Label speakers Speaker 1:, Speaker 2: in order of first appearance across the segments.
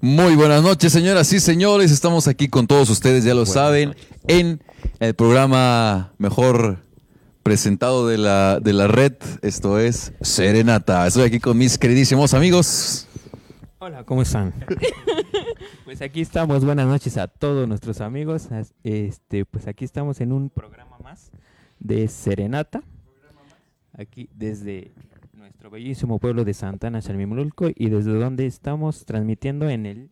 Speaker 1: Muy buenas noches, señoras y señores. Estamos aquí con todos ustedes, ya lo saben, en el programa mejor presentado de la, de la red. Esto es Serenata. Estoy aquí con mis queridísimos amigos.
Speaker 2: Hola, ¿cómo están? pues aquí estamos, buenas noches a todos nuestros amigos. As- Este, pues aquí estamos en un programa más de Serenata. Aquí desde nuestro bellísimo pueblo de Santana, Chalmimulco, y desde donde estamos transmitiendo en el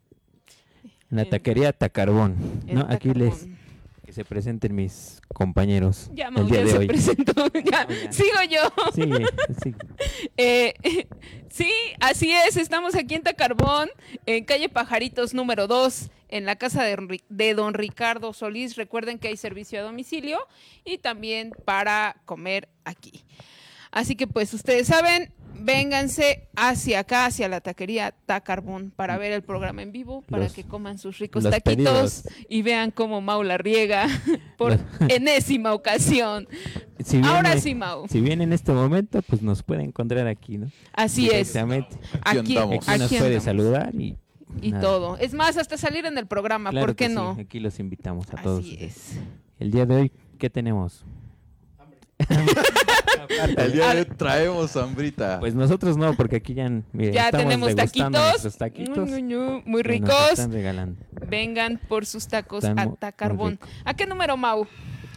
Speaker 2: en la
Speaker 3: En-
Speaker 2: taquería Tacarbón.
Speaker 3: en
Speaker 2: ¿no? Aquí les
Speaker 3: Tacarbón.
Speaker 2: que se presenten mis compañeros
Speaker 3: Ya,
Speaker 2: el
Speaker 3: Mau,
Speaker 2: día
Speaker 3: ya
Speaker 2: de
Speaker 3: se
Speaker 2: hoy.
Speaker 3: presentó. ya.
Speaker 2: No, ya.
Speaker 3: Sigo yo.
Speaker 2: Sí, sí.
Speaker 3: Eh, sí, así es. Estamos aquí en Tacarbón, en calle Pajaritos número 2, en la casa de, Ri- de don Ricardo Solís. Recuerden que hay servicio a domicilio y también para comer aquí. Así que, pues, ustedes saben, vénganse hacia acá, hacia la taquería Tacarbón, para ver el programa en vivo, para
Speaker 2: Los-
Speaker 3: que coman sus ricos
Speaker 2: los
Speaker 3: taquitos
Speaker 2: pedidos.
Speaker 3: y vean cómo Mau la riega por enésima ocasión.
Speaker 2: Si bien,
Speaker 3: Ahora
Speaker 2: eh,
Speaker 3: sí, Mau.
Speaker 2: Si bien en este momento, pues nos puede encontrar aquí, ¿no?
Speaker 3: Así es.
Speaker 2: Directamente.
Speaker 1: Aquí
Speaker 3: Aquí,
Speaker 1: andamos.
Speaker 2: Aquí nos
Speaker 3: aquí
Speaker 2: puede
Speaker 3: andamos.
Speaker 2: saludar y,
Speaker 3: Y
Speaker 2: nada.
Speaker 3: todo. Es más, hasta salir en el programa,
Speaker 2: Claro
Speaker 3: ¿por qué
Speaker 2: que sí,
Speaker 3: no?
Speaker 2: aquí los invitamos a todos.
Speaker 3: Así
Speaker 2: ustedes.
Speaker 3: es.
Speaker 2: El día de hoy, ¿qué tenemos?
Speaker 1: El día de hoy traemos hambrita.
Speaker 2: Pues nosotros no, porque aquí ya, mira,
Speaker 3: Ya
Speaker 2: estamos
Speaker 3: tenemos
Speaker 2: degustando
Speaker 3: taquitos.
Speaker 2: nuestros taquitos
Speaker 3: Ñu, ñu, ñu, muy
Speaker 2: que nos
Speaker 3: ricos.
Speaker 2: están regalando.
Speaker 3: Vengan por sus tacos
Speaker 2: Están
Speaker 3: a
Speaker 2: mu- muy
Speaker 3: Tacarbón.
Speaker 2: rico.
Speaker 3: ¿A qué número, Mau?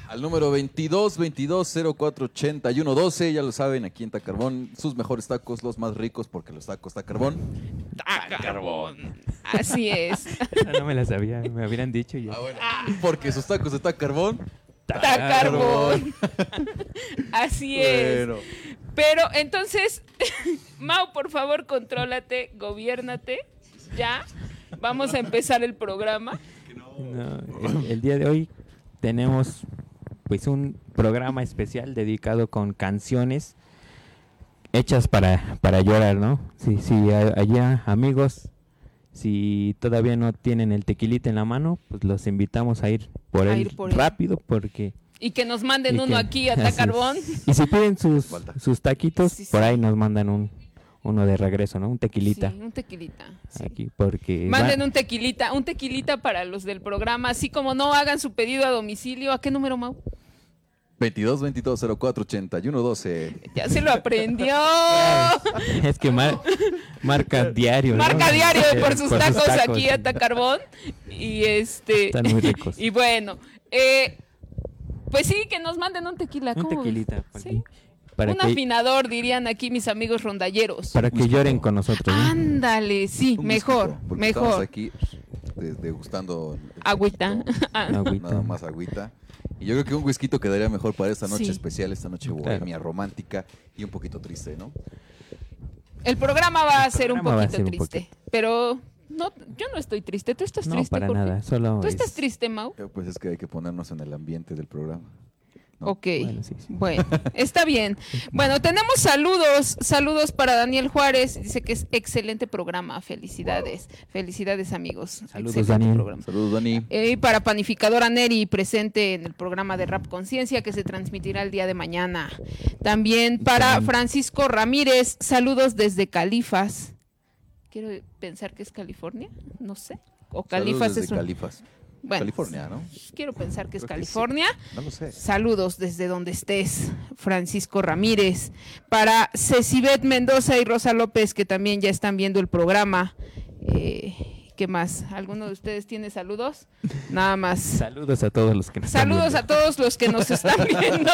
Speaker 1: Al número 22 22 04 81 12, ya lo saben, aquí en Tacarbón, sus mejores tacos, los más ricos, porque los tacos Tacarbón.
Speaker 3: Tacarbón. Así es.
Speaker 2: Esa Ah, no me la sabía, me habrían dicho y yo.
Speaker 1: Ah, bueno, porque sus tacos de Tacarbón.
Speaker 3: Tacarbón. Así es.
Speaker 1: Bueno,
Speaker 3: Pero entonces, Mau, por favor, contrólate, gobiernate. Ya. Vamos a empezar el programa.
Speaker 2: No, el, el día de hoy tenemos pues un programa especial dedicado con canciones hechas para, para llorar, ¿no? Si, si a- allá amigos, si todavía no tienen el tequilita en la mano, pues los invitamos a ir por
Speaker 3: A
Speaker 2: él
Speaker 3: ir por él.
Speaker 2: rápido porque...
Speaker 3: Y que nos manden
Speaker 2: y
Speaker 3: uno
Speaker 2: que-
Speaker 3: aquí a
Speaker 2: así es.
Speaker 3: Tacarbón.
Speaker 2: Y si piden sus,
Speaker 1: Falta.
Speaker 2: sus taquitos,
Speaker 3: Sí, sí.
Speaker 2: por ahí nos mandan un uno de regreso, ¿no? Un tequilita.
Speaker 3: Sí, un tequilita. sí.
Speaker 2: Aquí porque... va-
Speaker 3: Manden un tequilita, un tequilita para los del programa, así como no hagan su pedido a domicilio. ¿A qué número, Mau?
Speaker 1: 22 22 04 81 12.
Speaker 3: Ya se lo aprendió.
Speaker 2: Es que mar- marca diario. ¿no?
Speaker 3: Marca diario
Speaker 2: Eh,
Speaker 3: por sus tacos aquí a Tacarbón. Y este.
Speaker 2: Están muy ricos.
Speaker 3: Y bueno, eh, pues sí, que nos manden un tequila.
Speaker 2: Un
Speaker 3: ¿cómo ves?
Speaker 2: tequilita. por
Speaker 3: Sí.
Speaker 2: aquí, Para
Speaker 3: un
Speaker 2: que,
Speaker 3: afinador, dirían aquí mis amigos rondalleros.
Speaker 2: para que lloren con nosotros.
Speaker 3: Ah,
Speaker 2: ¿no?
Speaker 3: Ándale, sí,
Speaker 1: Un
Speaker 3: mejor,
Speaker 1: whiskito, porque Estamos
Speaker 3: mejor.
Speaker 1: aquí pues, de- degustando. el
Speaker 3: Agüita. Ah.
Speaker 1: whiskito,
Speaker 2: Agüita.
Speaker 1: Nada más agüita. Y yo creo que un whisky quedaría mejor para esta noche
Speaker 3: Sí.
Speaker 1: especial, esta noche
Speaker 2: Claro.
Speaker 1: bohemia, romántica y un poquito triste, ¿no?
Speaker 3: El programa va a ser un
Speaker 2: programa va a
Speaker 3: poquito
Speaker 2: ser un
Speaker 3: triste, pero no, yo no estoy triste. Tú estás
Speaker 2: No,
Speaker 3: triste.
Speaker 2: para
Speaker 3: ¿por qué?
Speaker 2: nada. Solo
Speaker 3: ¿Tú estás
Speaker 2: es-
Speaker 3: triste, Mau?
Speaker 1: Eh, Pues es que hay que ponernos en el ambiente del programa. No.
Speaker 3: Ok.
Speaker 2: Bueno, sí, sí.
Speaker 3: Bueno, está bien. Bueno, tenemos saludos. Saludos para Daniel Juárez. Dice que es excelente programa. Felicidades. Felicidades, amigos.
Speaker 2: Saludos,
Speaker 3: Excelente
Speaker 2: Daniel.
Speaker 3: programa.
Speaker 1: Saludos, Dani.
Speaker 3: Eh, Y para Panificadora Neri, presente en el programa de Rap Conciencia que se transmitirá el día de mañana. También para
Speaker 2: También.
Speaker 3: Francisco Ramírez, saludos desde Califas. Quiero pensar que es California, no sé. O Califas
Speaker 1: Saludos desde
Speaker 3: es un-
Speaker 1: Califas.
Speaker 3: bueno,
Speaker 1: California, ¿no?
Speaker 3: Quiero pensar que es
Speaker 1: Creo que sí.
Speaker 3: California.
Speaker 1: No lo sé.
Speaker 3: Saludos desde donde estés, Francisco Ramírez. Para Cecibet Mendoza y Rosa López, que también ya están viendo el programa. Eh, ¿Qué más? ¿Alguno de ustedes tiene saludos? Nada más.
Speaker 2: Saludos a todos los que nos están
Speaker 3: Saludos a
Speaker 2: viendo
Speaker 3: todos los que nos están viendo,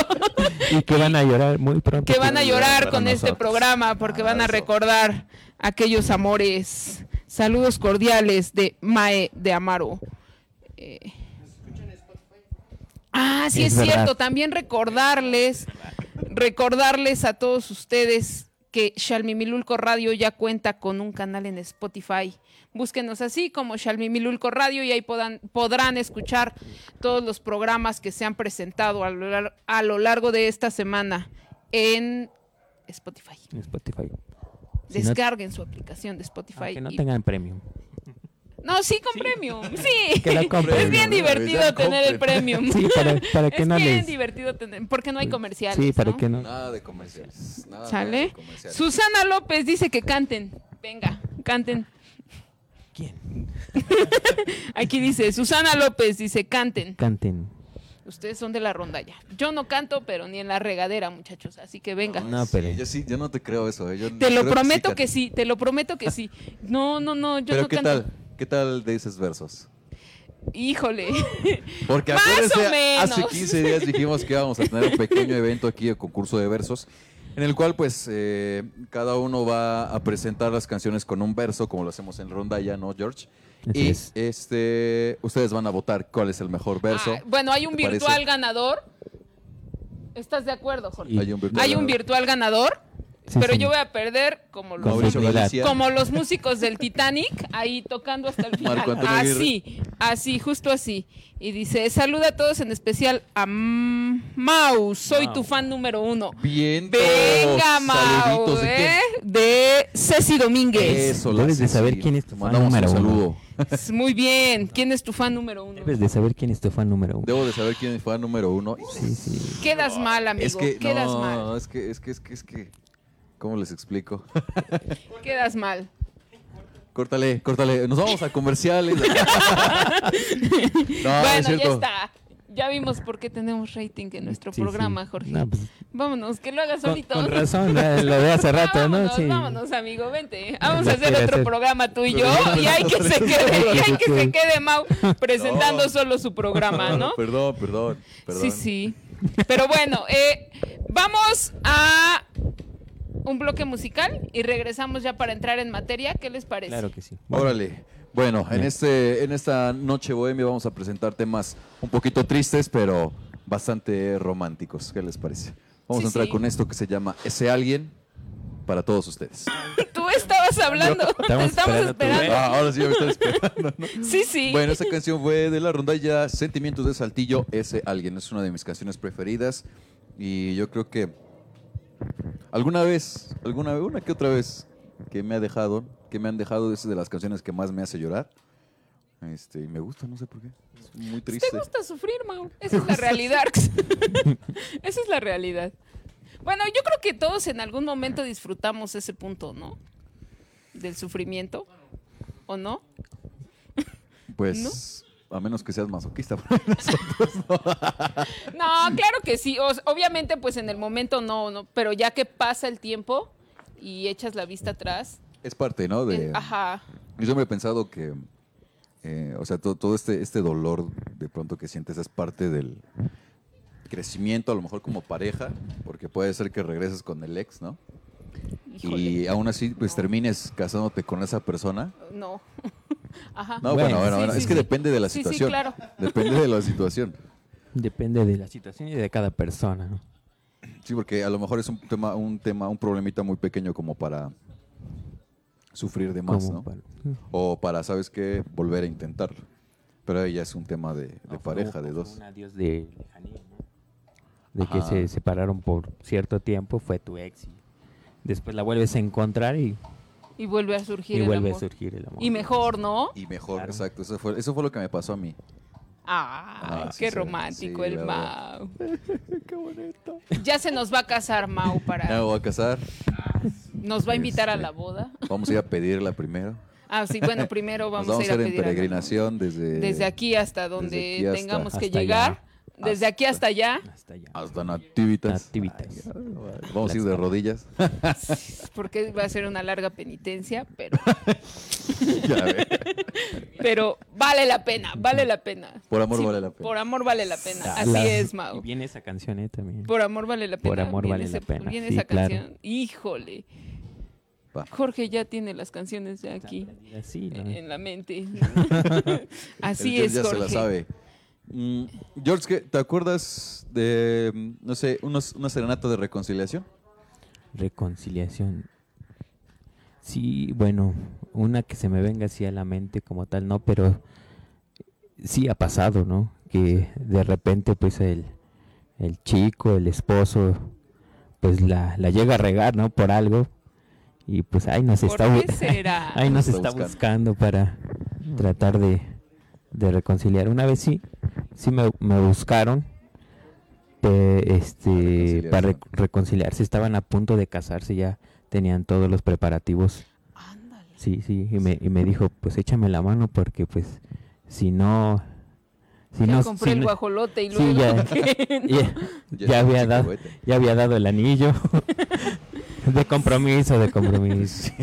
Speaker 2: Y que van a llorar muy pronto.
Speaker 3: que van a llorar
Speaker 2: pues, Para
Speaker 3: con este
Speaker 2: nosotros.
Speaker 3: programa, porque van a recordar aquellos amores. Saludos cordiales de Mae de Amaro. Eh, Ah, sí es,
Speaker 2: Es verdad.
Speaker 3: cierto. También recordarles, recordarles a todos ustedes que Shalmimilulco Radio ya cuenta con un canal en Spotify. Búsquenos así como Shalmimilulco Radio y ahí podan- podrán escuchar todos los programas que se han presentado a lo, lar- a lo largo de esta semana en Spotify.
Speaker 2: En Spotify. Si no-
Speaker 3: Descarguen su aplicación de Spotify.
Speaker 2: aunque Ah, no
Speaker 3: y-
Speaker 2: tengan premium.
Speaker 3: No, sí con premium. Sí.
Speaker 2: Que la compren.
Speaker 3: es bien
Speaker 1: ¿no? Ya
Speaker 3: divertido tener el
Speaker 1: compren.
Speaker 3: premium.
Speaker 2: Sí, para, para que
Speaker 3: Es
Speaker 2: no
Speaker 3: bien
Speaker 2: les.
Speaker 3: divertido tener, porque no hay comerciales.
Speaker 2: Sí, para
Speaker 3: ¿no?
Speaker 2: que no.
Speaker 1: Nada de comerciales. Nada, nada
Speaker 3: ¿Sale?
Speaker 1: de comerciales.
Speaker 3: Susana López dice que canten. Venga, canten.
Speaker 2: quién?
Speaker 3: Aquí dice, Susana López dice, canten.
Speaker 2: Canten.
Speaker 3: Ustedes son de la rondalla. Yo no canto, pero ni en la regadera, muchachos. Así que venga.
Speaker 2: No, pero-
Speaker 1: Yo sí, yo no te creo eso. eh. Yo
Speaker 3: Te lo
Speaker 1: creo
Speaker 3: prometo que
Speaker 1: can-
Speaker 3: sí, te lo prometo que sí. No, no, no, yo
Speaker 1: Pero
Speaker 3: no
Speaker 1: ¿qué
Speaker 3: canto.
Speaker 1: tal? ¿Qué tal de esos versos?
Speaker 3: Híjole.
Speaker 1: Porque
Speaker 3: Más o
Speaker 1: acuérdense,
Speaker 3: menos.
Speaker 1: hace 15 días dijimos que íbamos a tener un pequeño evento aquí de concurso de versos, en el cual pues eh, cada uno va a presentar las canciones con un verso, como lo hacemos en ronda ya, ¿no, George?
Speaker 2: Así
Speaker 1: y
Speaker 2: es.
Speaker 1: este ustedes van a votar cuál es el mejor verso.
Speaker 3: Ah, bueno, hay un
Speaker 1: ¿Te parece?
Speaker 3: virtual ganador. ¿Estás de acuerdo, Jorge?
Speaker 2: Y-
Speaker 3: Hay un virtual ganador,
Speaker 2: Sí,
Speaker 3: pero
Speaker 2: sí.
Speaker 3: yo voy a perder como los,
Speaker 1: Mauricio
Speaker 2: Como-
Speaker 1: Galicia.
Speaker 3: como los músicos del Titanic, ahí tocando hasta el final.
Speaker 1: Marco Antonio Aguirre.
Speaker 3: Así, así, justo así. Y dice, saluda a todos, en especial a M- Mau, soy
Speaker 2: Mau.
Speaker 3: tu fan número uno.
Speaker 1: Bien.
Speaker 3: Venga, Mau,
Speaker 1: Saluditos de quién?
Speaker 3: ¿eh? de Ceci Domínguez.
Speaker 1: Eso, la
Speaker 2: Debes de
Speaker 1: Ceci.
Speaker 2: saber quién es tu
Speaker 1: Te
Speaker 2: fan
Speaker 1: mandamos un
Speaker 2: número uno.
Speaker 1: saludo.
Speaker 3: Muy bien, ¿quién es tu fan número uno?
Speaker 2: Debes de saber quién es tu fan número uno.
Speaker 1: Debo de saber quién fue el número uno.
Speaker 2: Sí, sí.
Speaker 3: Quedas mal, amigo,
Speaker 1: es que
Speaker 3: quedas
Speaker 1: no,
Speaker 3: mal,
Speaker 1: es que es que es que es que ¿Cómo les explico?
Speaker 3: quedas mal.
Speaker 1: Córtale, córtale. Nos vamos a comerciales. no, no es
Speaker 3: bueno, ya
Speaker 1: cierto.
Speaker 3: está. Ya vimos por qué tenemos rating en nuestro
Speaker 2: Sí, sí.
Speaker 3: programa, Jorge.
Speaker 2: No, pues,
Speaker 3: Vámonos, que lo hagas
Speaker 2: con,
Speaker 3: solito.
Speaker 2: con razón, la- lo de hace rato,
Speaker 3: vámonos,
Speaker 2: ¿no? Sí.
Speaker 3: vámonos, amigo, vente. Vamos
Speaker 2: Ya
Speaker 3: a hacer
Speaker 2: quiere
Speaker 3: otro
Speaker 2: hacer.
Speaker 3: programa tú y yo. Y hay que se quede, y hay que se quede Mau presentando
Speaker 1: No.
Speaker 3: solo su programa, ¿no?
Speaker 1: Perdón, perdón, perdón.
Speaker 3: Sí, sí. Pero bueno, eh, vamos a un bloque musical y regresamos ya para entrar en materia. ¿Qué les parece?
Speaker 2: Claro que sí.
Speaker 1: Órale. Bueno, en este en esta noche bohemia vamos a presentar temas un poquito tristes, pero bastante románticos. ¿Qué les parece? Vamos
Speaker 3: Sí,
Speaker 1: a entrar
Speaker 3: sí.
Speaker 1: con esto que se llama Ese alguien para todos ustedes.
Speaker 3: Tú estabas hablando, te estamos
Speaker 2: esperando tu
Speaker 3: esperando.
Speaker 1: Ah, ahora sí ya me están esperando. ¿no?
Speaker 3: Sí, sí.
Speaker 1: Bueno, esta canción fue de la rondalla Sentimientos de Saltillo. Ese alguien es una de mis canciones preferidas. Y yo creo que alguna vez, alguna vez, una que otra vez que me ha dejado, que me han dejado, es de las canciones que más me hace llorar. Este, y me gusta, no sé por qué. Es muy
Speaker 3: Te
Speaker 1: triste.
Speaker 3: gusta sufrir, Mau. Esa es la realidad. Esa es la realidad. Bueno, yo creo que todos en algún momento disfrutamos ese punto, ¿no? Del sufrimiento. ¿O no?
Speaker 1: Pues, a menos que seas masoquista.
Speaker 3: No, claro que sí. O- obviamente, pues en el momento no, no. Pero ya que pasa el tiempo y echas la vista atrás.
Speaker 1: es parte, ¿no? De,
Speaker 3: en- ajá.
Speaker 1: Yo siempre he pensado que, eh, o sea, to- todo este, este dolor de pronto que sientes es parte del crecimiento, a lo mejor como pareja, porque puede ser que regreses con el ex, ¿no?
Speaker 3: Híjole.
Speaker 1: Y aún así, pues termines casándote con esa persona.
Speaker 3: No. Ajá.
Speaker 1: No,
Speaker 2: Bueno,
Speaker 1: bueno, bueno,
Speaker 3: sí,
Speaker 1: bueno,
Speaker 3: sí,
Speaker 1: es que
Speaker 3: sí.
Speaker 1: depende de la
Speaker 3: Sí, sí,
Speaker 1: situación.
Speaker 3: claro.
Speaker 1: Depende de la situación.
Speaker 2: Depende de la situación y de cada persona, ¿no?
Speaker 1: Sí, porque a lo mejor es un tema, un tema, un problemita muy pequeño como para sufrir de más,
Speaker 2: Como
Speaker 1: ¿no?
Speaker 2: para-
Speaker 1: O para, ¿sabes qué? Volver a intentarlo. Pero ahí ya es un tema de, de
Speaker 2: No, fue
Speaker 1: pareja,
Speaker 2: un-
Speaker 1: de
Speaker 2: fue
Speaker 1: dos.
Speaker 2: Un adiós de lejanía, ¿no? De que
Speaker 1: Ajá.
Speaker 2: se separaron por cierto tiempo, fue tu ex. Y después la vuelves a encontrar y,
Speaker 3: Y vuelve a surgir
Speaker 2: y
Speaker 3: el
Speaker 2: vuelve a
Speaker 3: amor.
Speaker 2: surgir el amor.
Speaker 3: Y mejor, ¿no?
Speaker 1: Y mejor,
Speaker 2: Claro.
Speaker 1: exacto. Eso fue, eso fue lo que me pasó a mí.
Speaker 3: Ay,
Speaker 1: Ah, sí,
Speaker 3: qué
Speaker 1: sí,
Speaker 3: romántico
Speaker 1: sí,
Speaker 3: el
Speaker 1: la verdad.
Speaker 3: Mau. qué bonito. Ya se nos va a casar Mau para.
Speaker 1: Ya me voy a casar.
Speaker 3: Nos va a invitar a
Speaker 1: Este.
Speaker 3: la boda.
Speaker 1: Vamos a ir a pedirla primero.
Speaker 3: Ah, sí, bueno, primero
Speaker 1: Nos
Speaker 3: vamos,
Speaker 1: vamos a
Speaker 3: ir a
Speaker 1: ir en
Speaker 3: pedir a la-
Speaker 1: peregrinación desde,
Speaker 3: Desde aquí hasta donde
Speaker 1: aquí hasta-
Speaker 3: tengamos que
Speaker 2: hasta
Speaker 3: llegar.
Speaker 2: allá.
Speaker 3: Desde aquí hasta allá,
Speaker 2: Hasta allá.
Speaker 1: hasta Nativitas.
Speaker 2: Nativitas.
Speaker 1: Ay, Vamos a ir de rodillas.
Speaker 3: porque va a ser una larga penitencia, pero,
Speaker 1: Ya ve.
Speaker 3: pero vale la pena, vale la pena.
Speaker 1: Por amor vale la pena.
Speaker 3: Por amor vale la pena, así
Speaker 2: La-
Speaker 3: es,
Speaker 2: Y
Speaker 3: Mau.
Speaker 2: viene esa canción, ¿eh? También.
Speaker 3: Por amor vale la pena.
Speaker 2: Por amor
Speaker 3: Viene
Speaker 2: vale la
Speaker 3: ese-
Speaker 2: pena,
Speaker 3: Viene
Speaker 2: sí,
Speaker 3: esa
Speaker 2: claro.
Speaker 3: canción. Híjole.
Speaker 1: Va.
Speaker 3: Jorge ya tiene las canciones de aquí Eh,
Speaker 2: Sí, ¿no?
Speaker 3: en la mente.
Speaker 1: El
Speaker 3: así
Speaker 1: George
Speaker 3: es,
Speaker 1: ya
Speaker 3: Jorge.
Speaker 1: se la sabe. Mm, George, ¿qué- ¿te acuerdas de, mm, no sé, unos, una serenata de reconciliación?
Speaker 2: Reconciliación. Sí, bueno, una que se me venga así a la mente como tal, no, pero sí ha pasado, ¿no? Que de repente pues el, el chico, el esposo, pues la, la llega a regar, ¿no? Por algo. Y pues ahí nos
Speaker 3: ¿Por
Speaker 2: está, bu-
Speaker 3: qué será?
Speaker 2: ahí nos
Speaker 1: Está
Speaker 2: está
Speaker 1: buscando.
Speaker 2: buscando para tratar de, de reconciliar. Una vez sí, sí me, me buscaron pe- este,
Speaker 1: Reconciliarse.
Speaker 2: para re- reconciliarse. Estaban a punto de casarse, ya tenían todos los preparativos
Speaker 3: Ándale.
Speaker 2: Sí, sí, y me, y me dijo, pues échame la mano porque pues si no... Si
Speaker 3: ya
Speaker 2: no, si
Speaker 3: compré el
Speaker 2: no-
Speaker 3: guajolote y
Speaker 2: sí,
Speaker 3: luego.
Speaker 2: ya, ya-
Speaker 1: Ya
Speaker 2: ya había
Speaker 1: está
Speaker 2: dado,
Speaker 1: chiquihuete.
Speaker 2: ya había dado el anillo. de compromiso, de compromiso.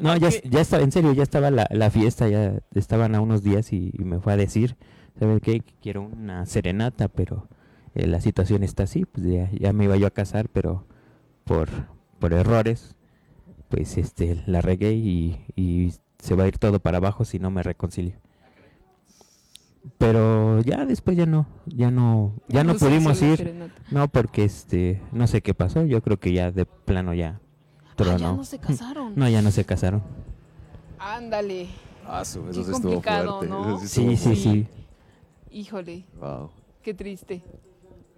Speaker 2: No, ya, ya estaba, en serio, ya estaba la, la fiesta, ya estaban a unos días y, y me fue a decir, ¿sabes qué? Que Quiero una serenata, pero eh, la situación está así, pues ya, ya me iba yo a casar, pero por, por errores, pues este, la regué y, y se va a ir todo para abajo si no me reconcilio. Pero ya después ya no, ya no, ya no
Speaker 3: se hizo
Speaker 2: pudimos
Speaker 3: la
Speaker 2: ir.
Speaker 3: serenata.
Speaker 2: No, porque este, no sé qué pasó. Yo creo que ya de plano ya
Speaker 3: Ah,
Speaker 2: tronó.
Speaker 3: ya no se casaron.
Speaker 2: No, ya no se casaron.
Speaker 3: Ándale.
Speaker 1: Ah, su- eso
Speaker 3: Qué
Speaker 1: sí estuvo
Speaker 3: complicado,
Speaker 1: fuerte.
Speaker 3: ¿no?
Speaker 1: eso
Speaker 2: Sí,
Speaker 1: estuvo
Speaker 2: sí,
Speaker 3: Sí.
Speaker 2: sí.
Speaker 3: Híjole,
Speaker 1: fuerte. Wow.
Speaker 3: qué triste.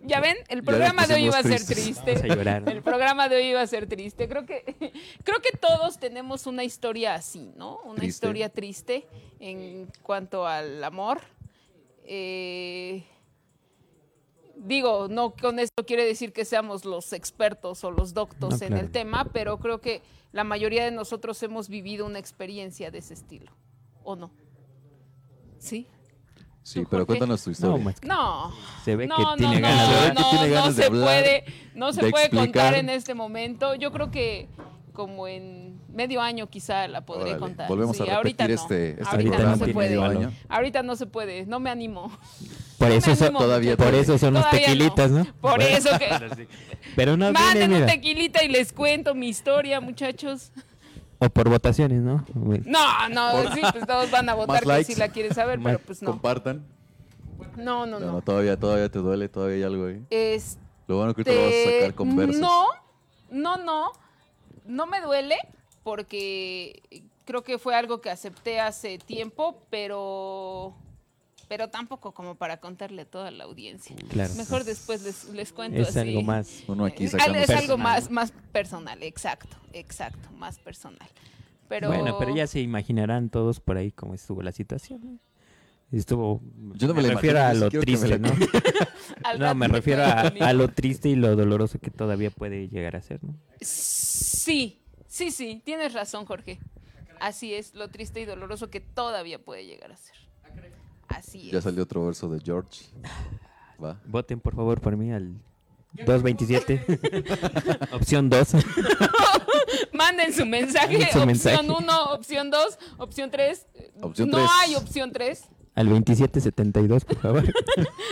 Speaker 3: Ya ven, el
Speaker 1: Ya
Speaker 3: programa de
Speaker 1: después
Speaker 3: hoy iba a ser
Speaker 1: somos
Speaker 3: triste.
Speaker 2: Vamos a
Speaker 3: El
Speaker 2: llorar.
Speaker 3: programa de hoy iba a ser triste. Creo que, creo que todos tenemos una historia así, ¿no? Una
Speaker 1: Triste.
Speaker 3: historia triste en cuanto al amor. Eh, digo, no con esto quiere decir que seamos los expertos o los doctos
Speaker 2: No,
Speaker 3: en
Speaker 2: claro.
Speaker 3: el tema, pero creo que la mayoría de nosotros hemos vivido una experiencia de ese estilo, ¿o no? ¿Sí?
Speaker 1: Sí,
Speaker 3: ¿Tú,
Speaker 1: pero
Speaker 3: Jorge?
Speaker 1: cuéntanos tu
Speaker 2: No,
Speaker 1: historia.
Speaker 3: pues,
Speaker 2: más que-
Speaker 3: No.
Speaker 2: se ve
Speaker 3: No,
Speaker 2: que
Speaker 3: no,
Speaker 2: tiene
Speaker 3: no,
Speaker 2: ganas.
Speaker 1: ¿verdad?
Speaker 3: no,
Speaker 1: Que tiene
Speaker 3: no
Speaker 1: ganas de
Speaker 3: se
Speaker 1: hablar,
Speaker 3: puede, no se
Speaker 1: de
Speaker 3: puede
Speaker 1: explicar.
Speaker 3: contar en este momento. Yo creo que como en medio año quizá la podré
Speaker 1: Órale,
Speaker 3: contar.
Speaker 1: Volvemos
Speaker 3: Sí,
Speaker 1: a
Speaker 3: ahorita
Speaker 1: repetir
Speaker 3: no.
Speaker 1: este, este
Speaker 3: ahorita
Speaker 1: programa
Speaker 3: no se
Speaker 1: en
Speaker 3: puede.
Speaker 1: medio año.
Speaker 3: Ahorita no se puede, no me animo.
Speaker 2: Por
Speaker 3: No
Speaker 2: eso,
Speaker 3: me
Speaker 2: son-
Speaker 3: animo,
Speaker 1: todavía-
Speaker 2: por eso son los
Speaker 3: Todavía no.
Speaker 2: tequilitas, ¿no?
Speaker 3: Por
Speaker 2: Bueno,
Speaker 3: eso que
Speaker 2: Pero no, viene,
Speaker 3: manden un
Speaker 2: mira.
Speaker 3: tequilita y les cuento mi historia, muchachos.
Speaker 2: O por votaciones, ¿no?
Speaker 3: No, no,
Speaker 1: Por-
Speaker 3: sí, pues todos van a votar que
Speaker 1: likes.
Speaker 3: si la quieren saber,
Speaker 2: Más-
Speaker 3: pero pues no.
Speaker 1: Compartan.
Speaker 3: No, no,
Speaker 1: No, no,
Speaker 3: no.
Speaker 1: todavía, todavía te duele, todavía hay algo ahí.
Speaker 3: Este
Speaker 1: Lo bueno que te lo vas a sacar con versos.
Speaker 3: No, no, no. No me duele porque creo que fue algo que acepté hace tiempo, pero pero tampoco como para contarle a toda la audiencia.
Speaker 2: Claro.
Speaker 3: Mm, Mejor después les, les cuento
Speaker 2: Es
Speaker 3: así.
Speaker 2: algo más.
Speaker 1: Uno aquí
Speaker 3: Es
Speaker 1: sacando.
Speaker 3: algo
Speaker 2: personal.
Speaker 3: más, más personal, exacto, exacto, más personal. Pero,
Speaker 2: Bueno, pero ya se imaginarán todos por ahí cómo estuvo la situación. ¿no? Estuvo.
Speaker 1: Yo no me
Speaker 2: me,
Speaker 1: la
Speaker 2: refiero
Speaker 1: imagino,
Speaker 2: a
Speaker 1: ni
Speaker 2: lo
Speaker 1: siquiera que me
Speaker 2: triste,
Speaker 1: la
Speaker 2: ¿no?
Speaker 3: al
Speaker 2: No,
Speaker 3: rato
Speaker 2: me
Speaker 3: te
Speaker 2: refiero a,
Speaker 3: cuento,
Speaker 2: a lo triste y lo doloroso que todavía puede llegar a ser, ¿no?
Speaker 3: Sí, sí, sí, tienes razón, Jorge. Así es, lo triste y doloroso que todavía puede llegar a ser. Así
Speaker 1: Ya
Speaker 3: es.
Speaker 1: salió otro verso de George. Va.
Speaker 2: Voten por favor por mí al 227. Opción 2.
Speaker 3: Manden su mensaje,
Speaker 2: Manden su mensaje.
Speaker 3: opción 1, opción 2, opción 3.
Speaker 1: Opción
Speaker 3: no
Speaker 1: tres.
Speaker 3: hay opción 3.
Speaker 2: Al 2772, por favor.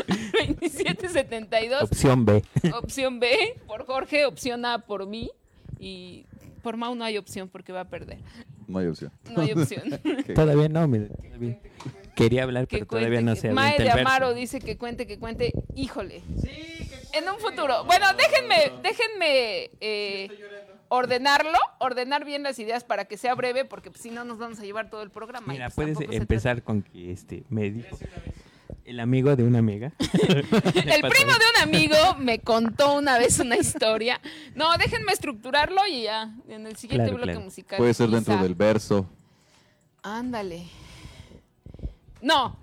Speaker 3: 2772,
Speaker 2: Opción B.
Speaker 3: opción B por Jorge, opción A por mí. Y por Mau no hay opción porque va a perder.
Speaker 1: No hay opción.
Speaker 3: No hay opción.
Speaker 1: Ok.
Speaker 2: Todavía no, mire, todavía- Quería hablar,
Speaker 3: que
Speaker 2: pero todavía
Speaker 3: cuente,
Speaker 2: no
Speaker 3: que-
Speaker 2: se
Speaker 3: Mae
Speaker 2: avienta
Speaker 3: de
Speaker 2: el verso.
Speaker 3: Amaro dice que cuente, que cuente. Híjole. En un futuro. Bueno, déjenme, déjenme eh, ordenarlo, ordenar bien las ideas para que sea breve, porque pues, si no nos vamos a llevar todo el programa. y,
Speaker 2: Mira,
Speaker 3: pues,
Speaker 2: puedes
Speaker 3: tampoco se
Speaker 2: empezar con que este me dijo el amigo de una amiga.
Speaker 3: trata- El primo de un amigo me contó una vez una historia. No, déjenme estructurarlo y ya, en el siguiente
Speaker 2: Claro,
Speaker 3: bloque
Speaker 2: claro.
Speaker 3: musical.
Speaker 1: Puede ser dentro
Speaker 3: quizá.
Speaker 1: del verso.
Speaker 3: Ándale. No,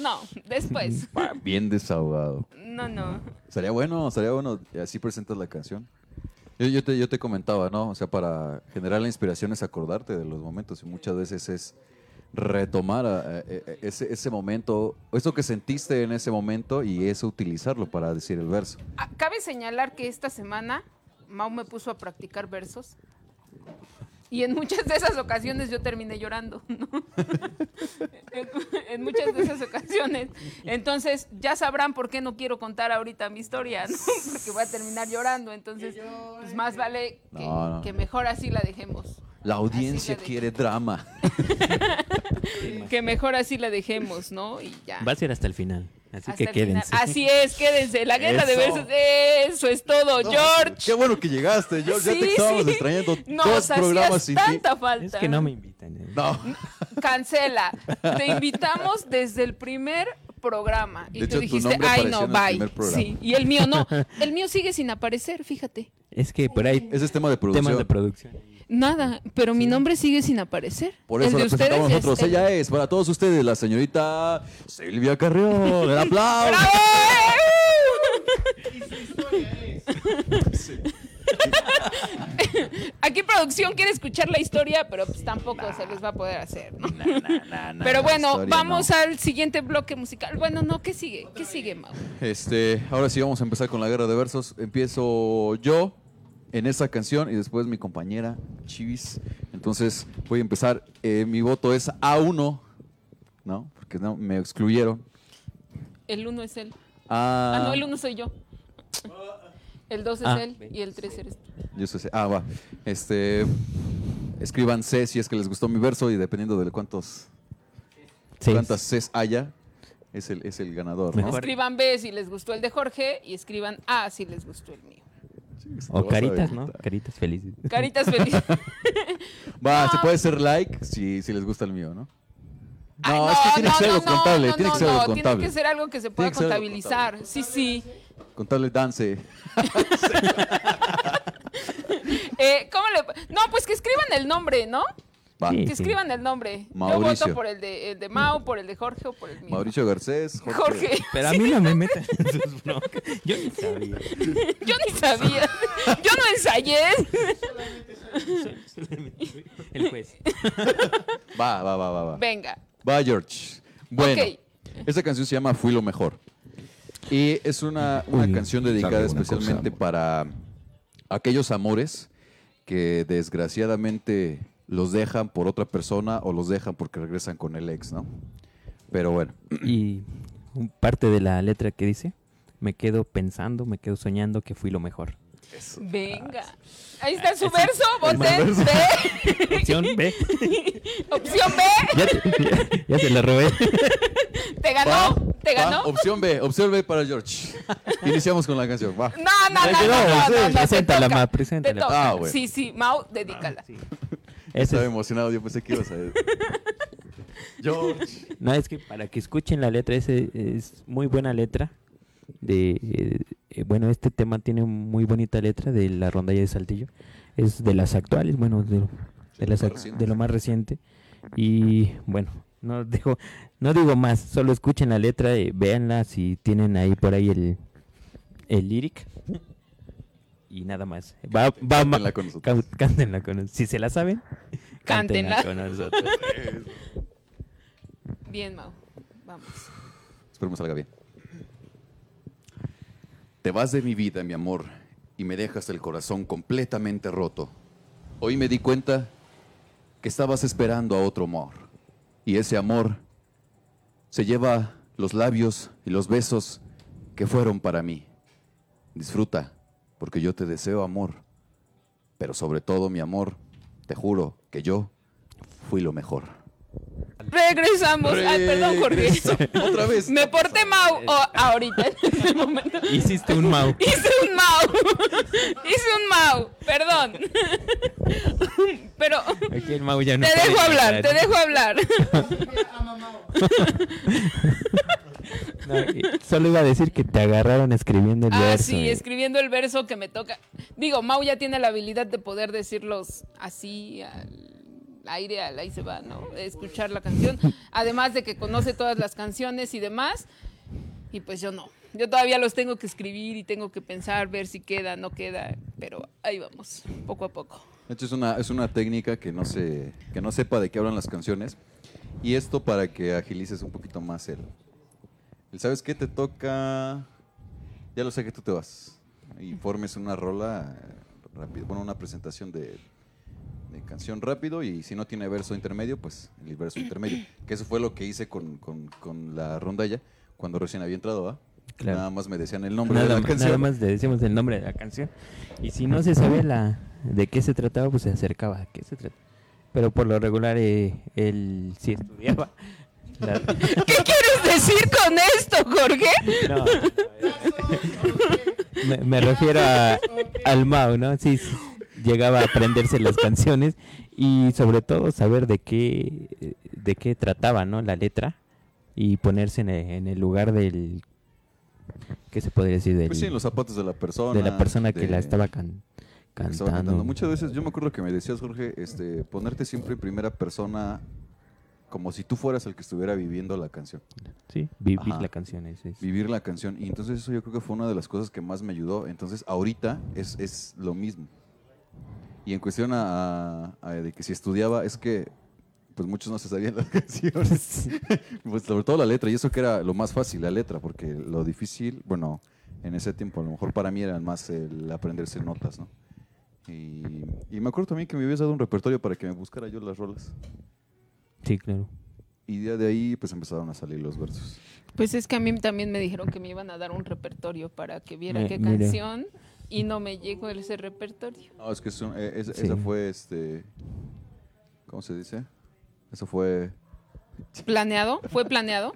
Speaker 3: no, después.
Speaker 1: Va, Bien desahogado.
Speaker 3: No, no.
Speaker 1: Sería bueno, sería bueno. Y Así presentas la canción. Yo, yo te, yo te comentaba, ¿no? O sea, para generar la inspiración es acordarte de los momentos y muchas veces es retomar a- a- e- e- ese, ese momento, eso que sentiste en ese momento y eso utilizarlo para decir el verso.
Speaker 3: Ah, Cabe señalar que esta semana Mau me puso a practicar versos. Y en muchas de esas ocasiones yo terminé llorando, ¿no? en, en muchas de esas ocasiones. Entonces, ya sabrán por qué no quiero contar ahorita mi historia, ¿no? Porque voy a terminar llorando. Entonces, pues más vale que,
Speaker 1: No, no.
Speaker 3: que mejor así la dejemos.
Speaker 1: La audiencia
Speaker 3: la dejé.
Speaker 1: quiere drama.
Speaker 3: Que mejor así la dejemos, ¿no? Y ya.
Speaker 2: Va a ser hasta el final, así
Speaker 3: Hasta
Speaker 2: que
Speaker 3: el final. Ah,
Speaker 2: quédense.
Speaker 3: Así es, quédense. La guerra de
Speaker 1: Eso.
Speaker 3: versos. Eso es todo, Oh, George.
Speaker 1: Qué bueno que llegaste, George. ya
Speaker 3: Sí,
Speaker 1: te estábamos
Speaker 3: sí.
Speaker 1: extrañando
Speaker 3: Nos
Speaker 1: dos
Speaker 3: hacías
Speaker 1: programas sin ti.
Speaker 3: tanta falta.
Speaker 2: Es que no me invitan. ¿eh?
Speaker 1: No.
Speaker 3: Cancela. Te invitamos desde el primer programa. Y
Speaker 1: De hecho,
Speaker 3: tú
Speaker 1: tu
Speaker 3: dijiste,
Speaker 1: nombre
Speaker 3: ay
Speaker 1: apareció
Speaker 3: no,
Speaker 1: en el
Speaker 3: bye.
Speaker 1: primer programa.
Speaker 3: Sí. Y el mío no. El mío sigue sin aparecer, fíjate.
Speaker 2: Es que por ahí
Speaker 1: Ese es tema de producción.
Speaker 2: temas de producción.
Speaker 3: Nada, pero mi nombre sigue sin aparecer.
Speaker 1: Por eso
Speaker 3: el
Speaker 1: la
Speaker 3: de ustedes
Speaker 1: presentamos
Speaker 3: ya
Speaker 1: nosotros.
Speaker 3: está.
Speaker 1: Ella es, para todos ustedes, la señorita Silvia Carrión. ¡El aplauso!
Speaker 3: ¡Bravo! Aquí producción quiere escuchar la historia, pero pues tampoco se les va a poder hacer, ¿no? pero bueno,
Speaker 1: historia
Speaker 3: vamos
Speaker 1: no.
Speaker 3: al siguiente bloque musical. Bueno, no, ¿qué sigue? ¿Qué sigue, Mau?
Speaker 1: Este, ahora sí vamos a empezar con la guerra de versos. Empiezo yo en esa canción y después mi compañera Chivis. Entonces voy a empezar. Eh, mi voto es A1, ¿no? Porque no, me excluyeron.
Speaker 3: El uno es él.
Speaker 1: Ah,
Speaker 3: Ah, no, el uno soy yo. El dos es
Speaker 2: Ah.
Speaker 3: él y el tres eres tú.
Speaker 1: Yo soy C. Ah, va. Este, escriban C si es que les gustó mi verso y dependiendo de cuántos,
Speaker 2: Sí.
Speaker 1: cuántas Cs haya, es el, es el ganador, ¿no?
Speaker 2: Mejor.
Speaker 3: Escriban B si les gustó el de Jorge y escriban A si les gustó el mío.
Speaker 2: O
Speaker 1: Te vas a
Speaker 2: caritas,
Speaker 1: ver.
Speaker 2: ¿no? Caritas felices.
Speaker 3: Caritas felices.
Speaker 1: Va,
Speaker 3: No.
Speaker 1: se puede hacer like si, si les gusta el mío, ¿no?
Speaker 3: Ay,
Speaker 1: No, es que tiene que ser algo
Speaker 3: no,
Speaker 1: contable,
Speaker 3: no,
Speaker 1: tiene
Speaker 3: no,
Speaker 1: que ser algo
Speaker 3: no,
Speaker 1: contable.
Speaker 3: Tiene que ser algo que se pueda
Speaker 1: Tiene que ser algo
Speaker 3: contabilizar. Sí, sí.
Speaker 1: Contarle dance.
Speaker 3: Eh, ¿Cómo le.? No, pues que escriban el nombre, ¿no?
Speaker 1: Va.
Speaker 2: Sí.
Speaker 3: Que escriban el nombre. Yo
Speaker 1: Mauricio.
Speaker 3: voto por el de, el de Mau, por el de Jorge o por el mío.
Speaker 1: Mauricio Garcés, Jorge.
Speaker 3: Jorge.
Speaker 2: Pero a mí no me meten en sus broncas. Yo ni sabía.
Speaker 3: Yo ni sabía. Yo no ensayé.
Speaker 2: El juez.
Speaker 1: Va, va, va, va, va.
Speaker 3: Venga.
Speaker 1: Va, George. Bueno,
Speaker 3: Ok.
Speaker 1: esta canción se llama Fui lo mejor. Y es una, una
Speaker 4: Uy,
Speaker 1: canción
Speaker 4: sabe
Speaker 1: dedicada
Speaker 4: una
Speaker 1: especialmente
Speaker 4: cosa,
Speaker 1: para
Speaker 4: amor.
Speaker 1: aquellos amores que desgraciadamente los dejan por otra persona o los dejan porque regresan con el ex, ¿no? Pero bueno,
Speaker 2: Y un- parte de la letra que dice, me quedo pensando, me quedo soñando que fui lo mejor.
Speaker 3: Venga. Ahí está su verso. Voten
Speaker 1: verso.
Speaker 3: B.
Speaker 2: Opción B.
Speaker 3: Opción B.
Speaker 2: Ya te, ya- ya te la robé.
Speaker 3: Te ganó.
Speaker 1: Va,
Speaker 3: Te
Speaker 1: va,
Speaker 3: ganó.
Speaker 1: opción B, opción B para George. Iniciamos con la canción, va.
Speaker 3: No, no, no,
Speaker 2: Tranquilo,
Speaker 3: no, no,
Speaker 2: sí.
Speaker 3: no, no, te
Speaker 2: Preséntala,
Speaker 3: toca,
Speaker 2: Ma,
Speaker 3: te
Speaker 2: preséntala.
Speaker 3: toca.
Speaker 1: Ah, bueno.
Speaker 3: Sí, sí, Mau, dedícala.
Speaker 2: Ese
Speaker 1: Estaba
Speaker 2: es-
Speaker 1: emocionado, yo pensé que ibas a George.
Speaker 2: no, es que para que escuchen la letra, ese es muy buena letra. De, eh, eh, bueno, este tema tiene muy bonita letra de la rondalla de Saltillo. Es de las actuales, bueno, de, de, las ac- de lo más reciente. Y bueno, no, dejo, no digo más, solo escuchen la letra, eh, véanla si tienen ahí por ahí el, el lyric. Y nada más. Va, va ma-
Speaker 1: Cántenla con nosotros.
Speaker 2: Cán- Cántenla con nosotros. Si se la saben,
Speaker 3: Cántenla.
Speaker 2: con nosotros.
Speaker 3: Bien, Mau. Vamos.
Speaker 1: Espero me salga bien. Te vas de mi vida, mi amor, y me dejas el corazón completamente roto. Hoy me di cuenta que estabas esperando a otro amor. Y ese amor se lleva los labios y los besos que fueron para mí. Disfruta, porque yo te deseo amor. Pero sobre todo, mi amor, te juro que yo fui lo mejor.
Speaker 3: Regresamos. Ay, perdón, Jorge.
Speaker 1: Otra vez.
Speaker 3: Me porté Mau o- ahorita, en este momento.
Speaker 2: Hiciste un mau.
Speaker 3: Hice un Mau. Hice un Mau. Perdón. Pero
Speaker 2: Aquí el mau ya no
Speaker 3: te
Speaker 2: puede
Speaker 3: dejo hablar,
Speaker 2: entrar.
Speaker 3: te dejo hablar.
Speaker 2: No, eh, solo iba a decir que te agarraron escribiendo el
Speaker 3: Ah,
Speaker 2: verso.
Speaker 3: sí,
Speaker 2: eh.
Speaker 3: escribiendo el verso que me toca. Digo, Mau ya tiene la habilidad de poder decirlos así al aire, al ahí se va, ¿no? De Escuchar la canción. Además de que conoce todas las canciones y demás. Y pues yo no. Yo todavía los tengo que escribir y tengo que pensar, ver si queda, no queda. Pero ahí vamos, poco a poco.
Speaker 1: De hecho, es una, es una técnica que no, se, que no sepa de qué hablan las canciones. Y esto para que agilices un poquito más el... el ¿Sabes qué te toca? Ya lo sé que tú te vas. Y formes una rola eh, rápido. Bueno, una presentación de, de canción rápido. Y si no tiene verso intermedio, pues el verso intermedio. Que eso fue lo que hice con, con, con la rondalla cuando recién había entrado, ¿ah?
Speaker 2: Claro.
Speaker 1: Nada más me decían el nombre de
Speaker 2: Nada,
Speaker 1: la
Speaker 2: ma-
Speaker 1: canción.
Speaker 2: nada más le decimos el nombre de la canción. Y si no se sabía la, de qué se trataba, pues se acercaba a qué se trataba. Pero por lo regular, eh, él sí estudiaba. La-
Speaker 3: ¿Qué quieres decir con esto, Jorge?
Speaker 2: No. me, me refiero a- al Mao, ¿no? Sí, sí, llegaba a aprenderse las canciones y sobre todo saber de qué de qué trataba, ¿no? La letra y ponerse en el, en el lugar del ¿qué se podría decir del,
Speaker 1: Pues sí, en los zapatos de la persona.
Speaker 2: de la persona que
Speaker 1: de-
Speaker 2: la estaba can-
Speaker 1: que
Speaker 2: cantando.
Speaker 1: estaba cantando. Muchas veces, yo me acuerdo que me decías, Jorge, este, ponerte siempre en primera persona como si tú fueras el que estuviera viviendo la canción,
Speaker 2: Sí, vivir
Speaker 1: Ajá.
Speaker 2: la canción es, es-
Speaker 1: vivir la canción. Y entonces eso yo creo que fue una de las cosas que más me ayudó. Entonces ahorita es, es lo mismo. Y en cuestión a, a- a de que si estudiaba, es que pues muchos no se sabían las canciones, pues sobre todo la letra, y eso que era lo más fácil, la letra, porque lo difícil, bueno, en ese tiempo a lo mejor para mí era más el aprenderse notas, ¿no? Y, y me acuerdo también que me habías dado un repertorio para que me buscara yo las rolas.
Speaker 2: Sí, claro.
Speaker 1: Y ya de ahí pues empezaron a salir los versos.
Speaker 3: Pues es que a mí también me dijeron que me iban a dar un repertorio para que viera
Speaker 2: Mi-
Speaker 3: qué
Speaker 2: mire.
Speaker 3: canción y no me llegó ese repertorio.
Speaker 1: No, es que es un- eh, es-
Speaker 2: Sí.
Speaker 1: esa fue este. ¿Cómo se dice? Eso fue.
Speaker 3: ¿Planeado? ¿Fue planeado?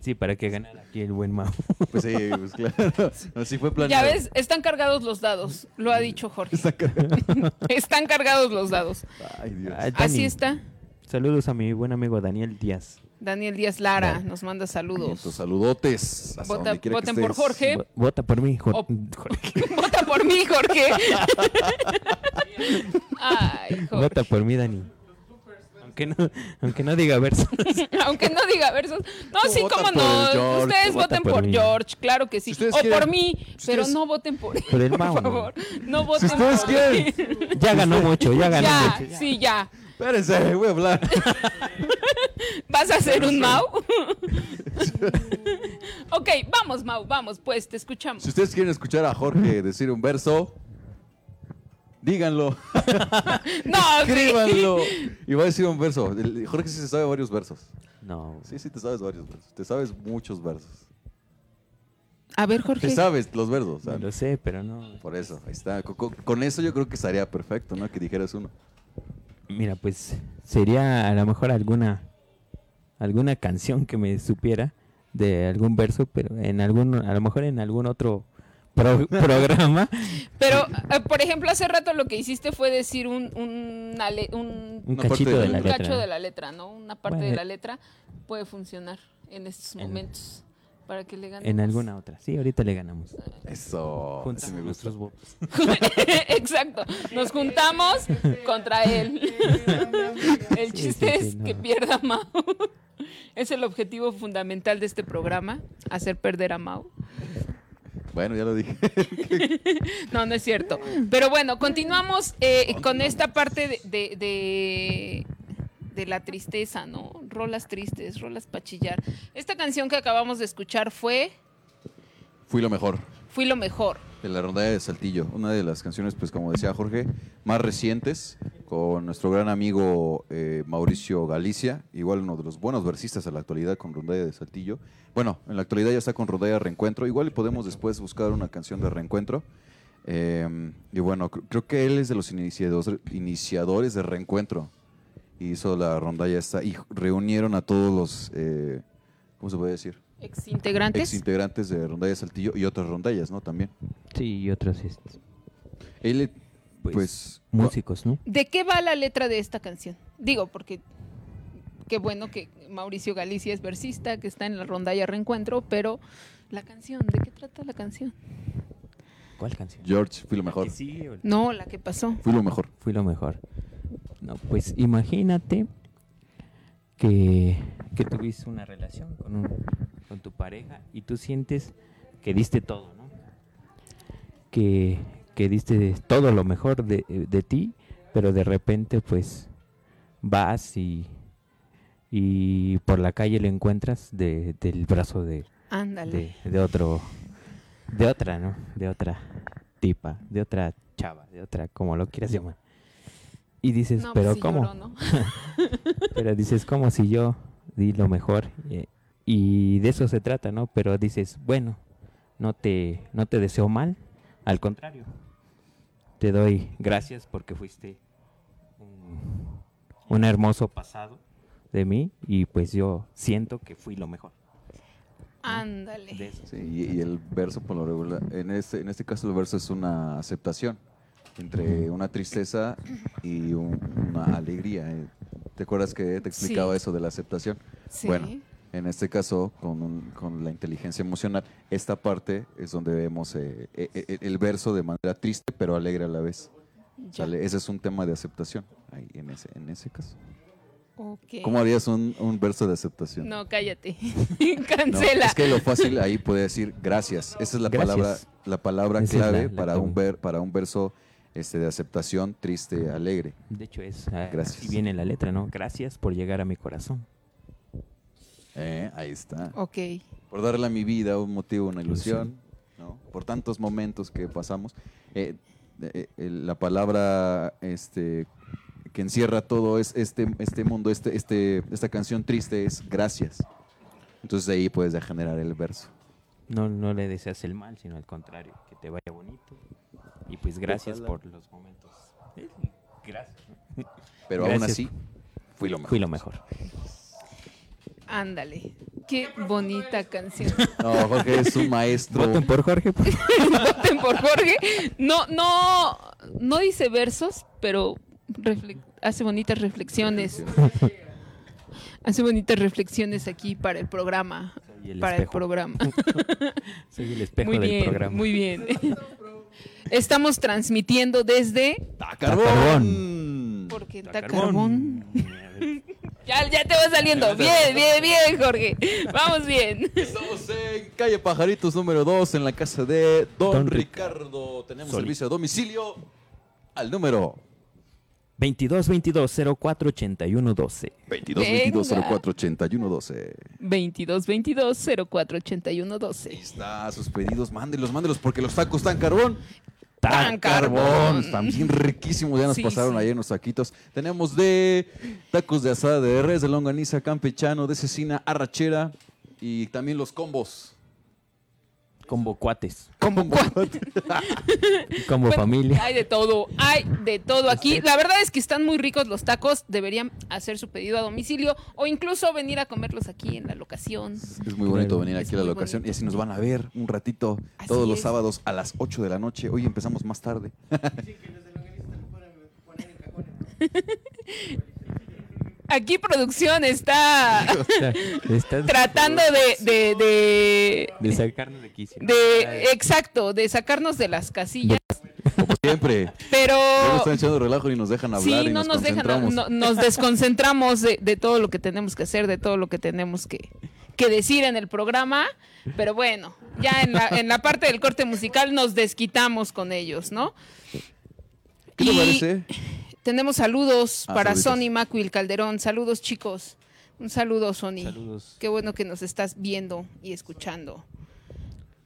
Speaker 2: Sí, para que ganara aquí el buen Mau.
Speaker 1: Pues sí, pues claro. No, sí fue
Speaker 3: Ya
Speaker 1: planeado.
Speaker 3: ves, están cargados los dados, lo ha dicho Jorge.
Speaker 1: Está cagado.
Speaker 3: Están cargados los dados.
Speaker 1: Ay, Dios.
Speaker 2: Ay, Dani.
Speaker 3: Así está.
Speaker 2: Saludos a mi buen amigo Daniel Díaz.
Speaker 3: Daniel Díaz Lara nos manda saludos.
Speaker 1: Entonces, saludotes. hasta
Speaker 3: Vota-
Speaker 1: donde quiera que
Speaker 3: voten por
Speaker 1: estés.
Speaker 3: Jorge. ¿Qué?
Speaker 2: Vo- Vota por mí, Jor-
Speaker 3: Oh.
Speaker 2: Jorge.
Speaker 3: Vota por mí, Jorge. Ay, Jorge.
Speaker 2: Vota por mí, Dani. Aunque no, aunque no diga verso.
Speaker 3: Aunque no diga versos. No,
Speaker 1: Tú
Speaker 3: sí,
Speaker 1: vota
Speaker 3: cómo
Speaker 1: por el
Speaker 3: no.
Speaker 1: George,
Speaker 3: Ustedes
Speaker 2: tú vota
Speaker 3: voten
Speaker 2: por
Speaker 3: por,
Speaker 2: mí.
Speaker 3: George, claro que sí.
Speaker 1: Si ustedes
Speaker 3: o
Speaker 1: quieren-
Speaker 3: por mí,
Speaker 1: si
Speaker 3: pero
Speaker 1: ustedes-
Speaker 3: no voten por él.
Speaker 2: Por el Mau,
Speaker 3: por
Speaker 2: ¿no?
Speaker 3: favor. No voten
Speaker 1: Si ustedes
Speaker 3: por
Speaker 1: quieren.
Speaker 3: mí.
Speaker 2: Ya ganó mucho, ya ganó
Speaker 3: Ya,
Speaker 2: mucho.
Speaker 3: sí, ya.
Speaker 1: Espérense, voy a hablar.
Speaker 3: ¿Vas a hacer un Mau? ok, vamos, Mau, vamos, pues, te escuchamos.
Speaker 1: Si ustedes quieren escuchar a Jorge decir un verso, díganlo,
Speaker 3: No,
Speaker 1: escríbanlo. Y va a decir un verso. El- Jorge sí se sabe varios versos.
Speaker 2: No.
Speaker 1: Sí, sí, te sabes varios versos. Te sabes muchos versos.
Speaker 3: A ver,
Speaker 1: Te
Speaker 3: Jorge.
Speaker 1: sabes los versos.
Speaker 2: no
Speaker 1: ¿sabes?
Speaker 2: Lo sé, pero no.
Speaker 1: Por eso, ahí está. Co- co- Con, eso yo creo que estaría perfecto, ¿no? Que dijeras uno.
Speaker 2: Mira, pues sería a lo mejor alguna alguna canción que me supiera de algún verso, pero en algún a lo mejor en algún otro pro- programa.
Speaker 3: Pero, eh, por ejemplo, hace rato lo que hiciste fue decir un, un, ale- un-
Speaker 2: Un
Speaker 1: Una parte
Speaker 2: cachito
Speaker 1: de
Speaker 2: de,
Speaker 1: la
Speaker 2: la
Speaker 3: un
Speaker 2: letra.
Speaker 3: cacho de la letra, ¿no? Una parte
Speaker 2: Bueno.
Speaker 3: de la letra puede funcionar en estos
Speaker 2: En-
Speaker 3: momentos para que le ganen.
Speaker 2: En
Speaker 3: más.
Speaker 2: alguna otra. Sí, ahorita le ganamos.
Speaker 1: Eso.
Speaker 2: Juntamos
Speaker 1: Ese me gusta.
Speaker 2: nuestros votos.
Speaker 3: Exacto. Nos juntamos contra él. El
Speaker 2: Sí,
Speaker 3: chiste
Speaker 2: sí, sí,
Speaker 3: es
Speaker 2: no.
Speaker 3: que pierda Mau. Es el objetivo fundamental de este programa, hacer perder a Mau.
Speaker 1: Bueno, ya lo dije.
Speaker 3: No, no es cierto. Pero bueno, continuamos eh, con esta parte de, de, de- de la tristeza, ¿no? Rolas tristes, rolas pachillar. Esta canción que acabamos de escuchar fue
Speaker 1: Fui lo mejor
Speaker 3: Fui lo mejor.
Speaker 1: de la rondalla de Saltillo. Una de las canciones, pues como decía Jorge, más recientes con nuestro gran amigo eh, Mauricio Galicia, igual uno de los buenos versistas a la actualidad con Rondalla de Saltillo. Bueno, en la actualidad ya está con Rondalla Reencuentro, igual y podemos después buscar una canción de Reencuentro. Eh, y bueno, cr- creo que él es de los iniciados- iniciadores de Reencuentro. Y hizo la rondalla esta y reunieron a todos los, eh, ¿cómo se puede decir?
Speaker 3: Exintegrantes.
Speaker 1: Exintegrantes de Rondalla Saltillo y otras rondallas, ¿no? También.
Speaker 2: Sí, y otros este,
Speaker 1: Él, pues,
Speaker 2: pues, músicos, ¿no?
Speaker 3: ¿De qué va la letra de esta canción? Digo, porque qué bueno que Mauricio Galicia es versista, que está en la rondalla reencuentro, pero la canción, ¿de qué trata la canción?
Speaker 2: ¿Cuál canción?
Speaker 1: George, fui lo mejor.
Speaker 2: Que sí, o-
Speaker 3: No, la que pasó.
Speaker 1: Fui lo mejor.
Speaker 2: fui lo mejor. No, pues imagínate que, que tuviste una relación con, un- con tu pareja y tú sientes que diste todo, ¿no? Que, que diste todo lo mejor de, de ti, pero de repente pues vas y, y por la calle lo encuentras de- del brazo de,
Speaker 3: Ándale.
Speaker 2: de, de otro de otra no de otra tipa de otra chava de otra como lo quieras llamar y dices
Speaker 3: No, pues
Speaker 2: pero
Speaker 3: sí
Speaker 2: cómo
Speaker 3: lloró, ¿no?
Speaker 2: pero dices como si yo di lo mejor eh, y de eso se trata no pero dices bueno no te no te deseo mal al contrario te doy gracias porque fuiste un, un hermoso pasado de mí y pues yo siento que fui lo mejor
Speaker 3: Ándale.
Speaker 2: de eso
Speaker 1: Sí, y, y el verso, por lo regular, en este, en este caso el verso es una aceptación entre una tristeza y un- una alegría. eh. ¿Te acuerdas que te
Speaker 3: Sí.
Speaker 1: explicaba eso de la aceptación?
Speaker 3: Sí.
Speaker 1: Bueno, en este caso, con, un- con la inteligencia emocional, esta parte es donde vemos eh, e- e- el verso de manera triste pero alegre a la vez.
Speaker 3: Ya.
Speaker 1: ¿Sale? Ese es un tema de aceptación, ahí, en, ese, en ese caso.
Speaker 3: Ok.
Speaker 1: ¿Cómo harías un, un verso de aceptación?
Speaker 3: No, cállate.
Speaker 1: No,
Speaker 3: Cancela.
Speaker 1: es que lo fácil ahí puede decir gracias. Esa es la
Speaker 2: Gracias.
Speaker 1: palabra, la palabra
Speaker 2: Esa es la-
Speaker 1: clave
Speaker 2: la
Speaker 1: para,
Speaker 2: clave.
Speaker 1: Un ver, para un verso este, de aceptación, triste, alegre.
Speaker 2: De hecho, es. ah,
Speaker 1: Gracias.
Speaker 2: así viene la letra, ¿no? Gracias por llegar a mi corazón.
Speaker 1: Eh, ahí está.
Speaker 3: Ok.
Speaker 1: Por darle a mi vida un motivo, una ilusión, ¿no? Por tantos momentos que pasamos. Eh, eh, eh, la palabra este, que encierra todo es este, este mundo, este, este, esta canción triste es gracias. Entonces de ahí puedes generar el verso.
Speaker 2: No, no le deseas el mal, sino al contrario, que te vaya bonito. Y pues gracias
Speaker 1: Ojalá.
Speaker 2: por los momentos. Eh, Gracias.
Speaker 1: Pero aún
Speaker 2: Gracias.
Speaker 1: así, fui lo mejor.
Speaker 2: Fui lo mejor.
Speaker 3: Ándale. Qué bonita canción.
Speaker 1: No, Jorge es un maestro.
Speaker 2: Voten por Jorge. pues.
Speaker 3: Voten por Jorge. No, no, no dice versos, pero refle- hace bonitas reflexiones. Hace bonitas reflexiones aquí para el programa.
Speaker 2: Y el
Speaker 3: Para el
Speaker 2: espejo.
Speaker 3: programa.
Speaker 2: Soy el espejo
Speaker 3: muy
Speaker 2: del
Speaker 3: bien,
Speaker 2: programa.
Speaker 3: muy bien. Estamos transmitiendo desde
Speaker 1: Ah, ¡Tacarbón!
Speaker 3: porque
Speaker 2: Da
Speaker 3: está
Speaker 2: carbón.
Speaker 3: carbón. Ya, ya te va saliendo. Bien, bien, bien, Jorge. Vamos bien.
Speaker 1: Estamos en calle Pajaritos número 2, en la casa de Don,
Speaker 2: Don
Speaker 1: Ricardo. Tenemos
Speaker 2: Solís.
Speaker 1: servicio a domicilio al número
Speaker 2: 22 22 04 81 12.
Speaker 1: 22
Speaker 3: Venga.
Speaker 1: 22 04 81 12.
Speaker 3: 22 22 04 81 12.
Speaker 1: Ahí está, sus pedidos, mándelos, mándelos, porque los tacos están carbón.
Speaker 3: Tan carbón.
Speaker 1: Están bien riquísimos, ya nos
Speaker 3: Sí,
Speaker 1: pasaron
Speaker 3: sí.
Speaker 1: ahí en los taquitos. Tenemos de tacos de asada de res, de longaniza, campechano, de cecina, arrachera y también los combos.
Speaker 2: Combo cuates.
Speaker 1: Combo
Speaker 2: Y Combo
Speaker 3: Bueno,
Speaker 2: familia.
Speaker 3: Hay de todo, hay de todo aquí. La verdad es que están muy ricos los tacos. Deberían hacer su pedido a domicilio o incluso venir a comerlos aquí en la locación.
Speaker 1: Es muy bonito
Speaker 2: Claro.
Speaker 1: venir
Speaker 3: Es
Speaker 1: aquí a la
Speaker 3: muy
Speaker 1: locación y
Speaker 3: bonito.
Speaker 1: así nos van a ver un ratito
Speaker 3: Así
Speaker 1: todos los
Speaker 3: es.
Speaker 1: sábados a las 8 de la noche. Hoy empezamos más tarde.
Speaker 3: Aquí producción está
Speaker 2: Estás
Speaker 3: tratando de, de, de,
Speaker 2: de sacarnos de quicio.
Speaker 3: de- exacto, de sacarnos de las casillas.
Speaker 1: Como siempre.
Speaker 3: Pero
Speaker 1: Luego están echando relajo y nos dejan hablar
Speaker 3: Oh. sí,
Speaker 1: y
Speaker 3: no
Speaker 1: nos,
Speaker 3: nos dejan,
Speaker 1: concentramos.
Speaker 3: no- nos desconcentramos de, de todo lo que tenemos que hacer, de todo lo que tenemos que, que decir en el programa. Pero bueno, ya en la, en la parte del corte musical nos desquitamos con ellos, ¿no?
Speaker 1: ¿Qué te
Speaker 3: Y
Speaker 1: parece?
Speaker 3: Tenemos saludos
Speaker 1: Ah,
Speaker 3: para
Speaker 1: saluditos.
Speaker 3: Sony Macuil Calderón. Saludos, chicos. Un saludo, Sony.
Speaker 2: Saludos.
Speaker 3: Qué bueno que nos estás viendo y escuchando.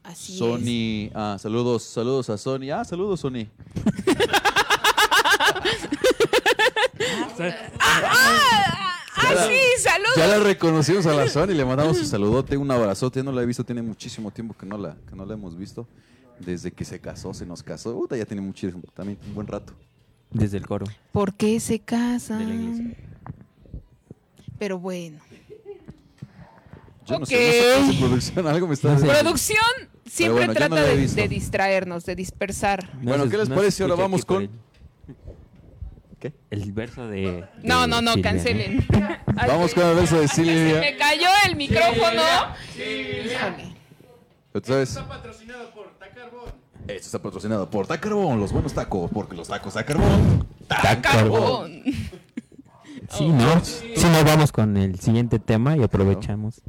Speaker 3: Así es.
Speaker 1: Sony, ah, saludos, saludos a Sony. Ah, saludos, Sony.
Speaker 3: Ah,
Speaker 1: Ya la-
Speaker 3: sí, saludos.
Speaker 1: Ya la reconocimos a la Sony, le mandamos un saludote, un abrazote. Ya no la he visto, tiene muchísimo tiempo que no la, que no la hemos visto. Desde que se casó, se nos casó. Puta, ya tiene muchísimo, también un buen rato.
Speaker 2: Desde el coro.
Speaker 3: ¿Por qué se
Speaker 2: De la iglesia.
Speaker 3: casan? Pero bueno.
Speaker 1: Yo no sé, no sé qué hace producción, algo me está
Speaker 2: No sé.
Speaker 1: diciendo.
Speaker 3: Producción siempre
Speaker 1: bueno, yo
Speaker 3: trata
Speaker 1: no la he
Speaker 3: de-
Speaker 1: visto.
Speaker 3: de distraernos, de dispersar.
Speaker 2: No
Speaker 1: Bueno,
Speaker 2: se-
Speaker 1: ¿qué les
Speaker 2: no se
Speaker 1: parece? Ahora
Speaker 2: escucha
Speaker 1: vamos
Speaker 2: aquí por
Speaker 1: con.
Speaker 2: el-
Speaker 1: ¿Qué?
Speaker 2: El verso de.
Speaker 3: No,
Speaker 2: de
Speaker 3: no, no,
Speaker 2: Silvia,
Speaker 3: cancelen. Ay,
Speaker 1: Vamos con el verso de
Speaker 3: Se me
Speaker 1: Silvia.
Speaker 3: cayó el micrófono. Híjole.
Speaker 1: Pero tú sabes- Esto está patrocinado por Tacarbón, los buenos tacos, porque los tacos Tacarbón. Tacarbón.
Speaker 3: Carbón.
Speaker 2: Sí,
Speaker 3: Oh.
Speaker 2: ¿no? Sí, nos vamos con el siguiente tema y aprovechamos.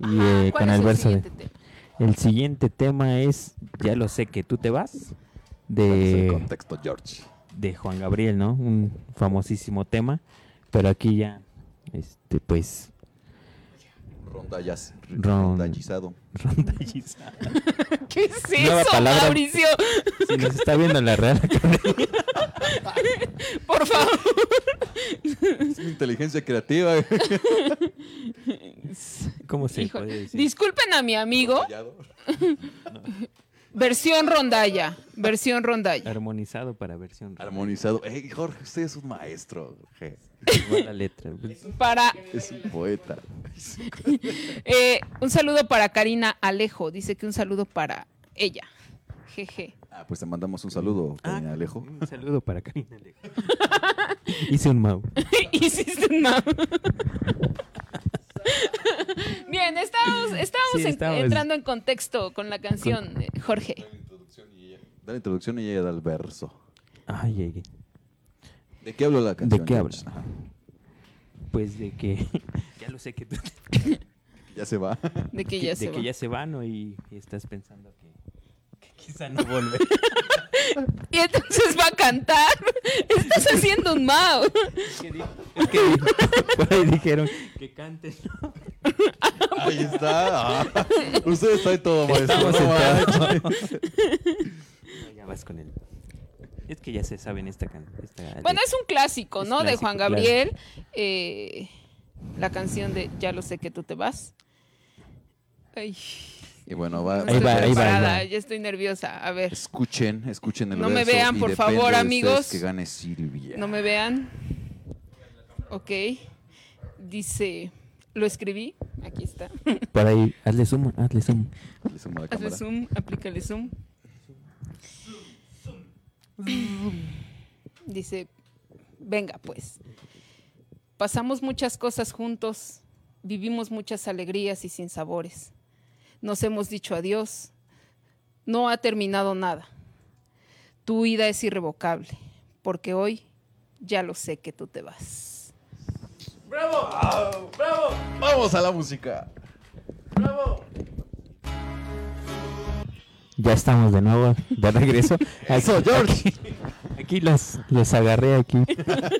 Speaker 2: Y eh,
Speaker 3: ¿Cuál
Speaker 2: con
Speaker 3: es
Speaker 2: el verso de.
Speaker 3: siguiente tema?
Speaker 2: El siguiente tema es Ya lo sé que tú te vas. Eh,
Speaker 1: Es el
Speaker 2: De,
Speaker 1: contexto, George.
Speaker 2: de Juan Gabriel, ¿no? Un famosísimo tema. Pero aquí ya, este, pues,
Speaker 1: Rondallas.
Speaker 2: Ron-
Speaker 1: Rondallizado.
Speaker 2: rondalliza.
Speaker 3: ¿Qué es
Speaker 2: Nueva
Speaker 3: eso,
Speaker 2: palabra.
Speaker 3: Mauricio?
Speaker 2: Si nos está viendo la Real Academia,
Speaker 3: Por favor.
Speaker 1: Es mi inteligencia creativa. eh.
Speaker 2: ¿cómo se
Speaker 3: Híjole.
Speaker 2: puede decir?
Speaker 3: Disculpen a mi amigo.
Speaker 1: Rondallado.
Speaker 3: Versión rondalla. Versión rondalla.
Speaker 2: Armonizado para versión ron-
Speaker 1: Armonizado. Ey, Jorge, usted es un maestro. Jorge.
Speaker 2: igual la letra. pues.
Speaker 3: Para
Speaker 1: Es un poeta.
Speaker 3: eh, un saludo para Karina Alejo. Dice que un saludo para ella. Jeje.
Speaker 1: Ah, pues te mandamos un saludo,
Speaker 2: Ah.
Speaker 1: Karina Alejo.
Speaker 2: Un saludo para Karina Alejo. Hice un mau.
Speaker 3: Hiciste un mam- Bien, estábamos, estábamos
Speaker 2: Sí,
Speaker 3: en-
Speaker 2: estábamos.
Speaker 3: entrando en contexto con la canción, eh, Jorge.
Speaker 1: Da la introducción y ella da el verso.
Speaker 2: Ay, ay, ay.
Speaker 1: ¿De qué habla la canción?
Speaker 2: qué
Speaker 1: George?
Speaker 2: habla?
Speaker 1: Ajá.
Speaker 2: Pues de que ya lo sé que tú
Speaker 1: Ya se va.
Speaker 3: De
Speaker 2: que-
Speaker 3: que ya
Speaker 2: de
Speaker 3: se
Speaker 2: que
Speaker 3: va.
Speaker 2: ya se van ¿no? y, y estás pensando que, Quizá no vuelve.
Speaker 3: Y entonces va a cantar. Estás haciendo un mao.
Speaker 2: Es que, di- es que di- por ahí dijeron que canten.
Speaker 1: Ahí está. Ah, usted está en todo, maestro.
Speaker 2: Estamos
Speaker 1: No
Speaker 2: sentados.
Speaker 1: manches.
Speaker 2: No, ya vas con él. Es que ya se saben esta canción.
Speaker 3: Bueno, es un clásico,
Speaker 2: Es
Speaker 3: ¿no? de
Speaker 2: clásico,
Speaker 3: Juan
Speaker 2: claro.
Speaker 3: Gabriel. eh, la canción de Ya lo sé que tú te vas. Ay,
Speaker 1: Y bueno, va.
Speaker 3: no
Speaker 2: Ah, Ahí
Speaker 3: estoy
Speaker 2: va, ahí va, ahí
Speaker 3: preparada,
Speaker 2: va.
Speaker 3: ya estoy nerviosa. A ver,
Speaker 1: Escuchen, escuchen el
Speaker 3: No me
Speaker 1: verso
Speaker 3: vean,
Speaker 1: y
Speaker 3: por
Speaker 1: depende
Speaker 3: favor,
Speaker 1: de ustedes
Speaker 3: amigos.
Speaker 1: Que gane Silvia.
Speaker 3: no me vean. Ok. Dice, lo escribí. Aquí está.
Speaker 2: Por ahí, hazle zoom, hazle zoom.
Speaker 1: Le sumo la
Speaker 3: Hazle
Speaker 1: cámara.
Speaker 3: zoom, aplícale zoom. Dice, venga pues, pasamos muchas cosas juntos, vivimos muchas alegrías y sinsabores. Nos hemos dicho adiós, no ha terminado nada. Tu vida es irrevocable, porque hoy ya lo sé que tú te vas.
Speaker 1: Vamos a la música.
Speaker 2: Ya estamos de nuevo, de regreso.
Speaker 1: Eso, George.
Speaker 2: Aquí los, los agarré aquí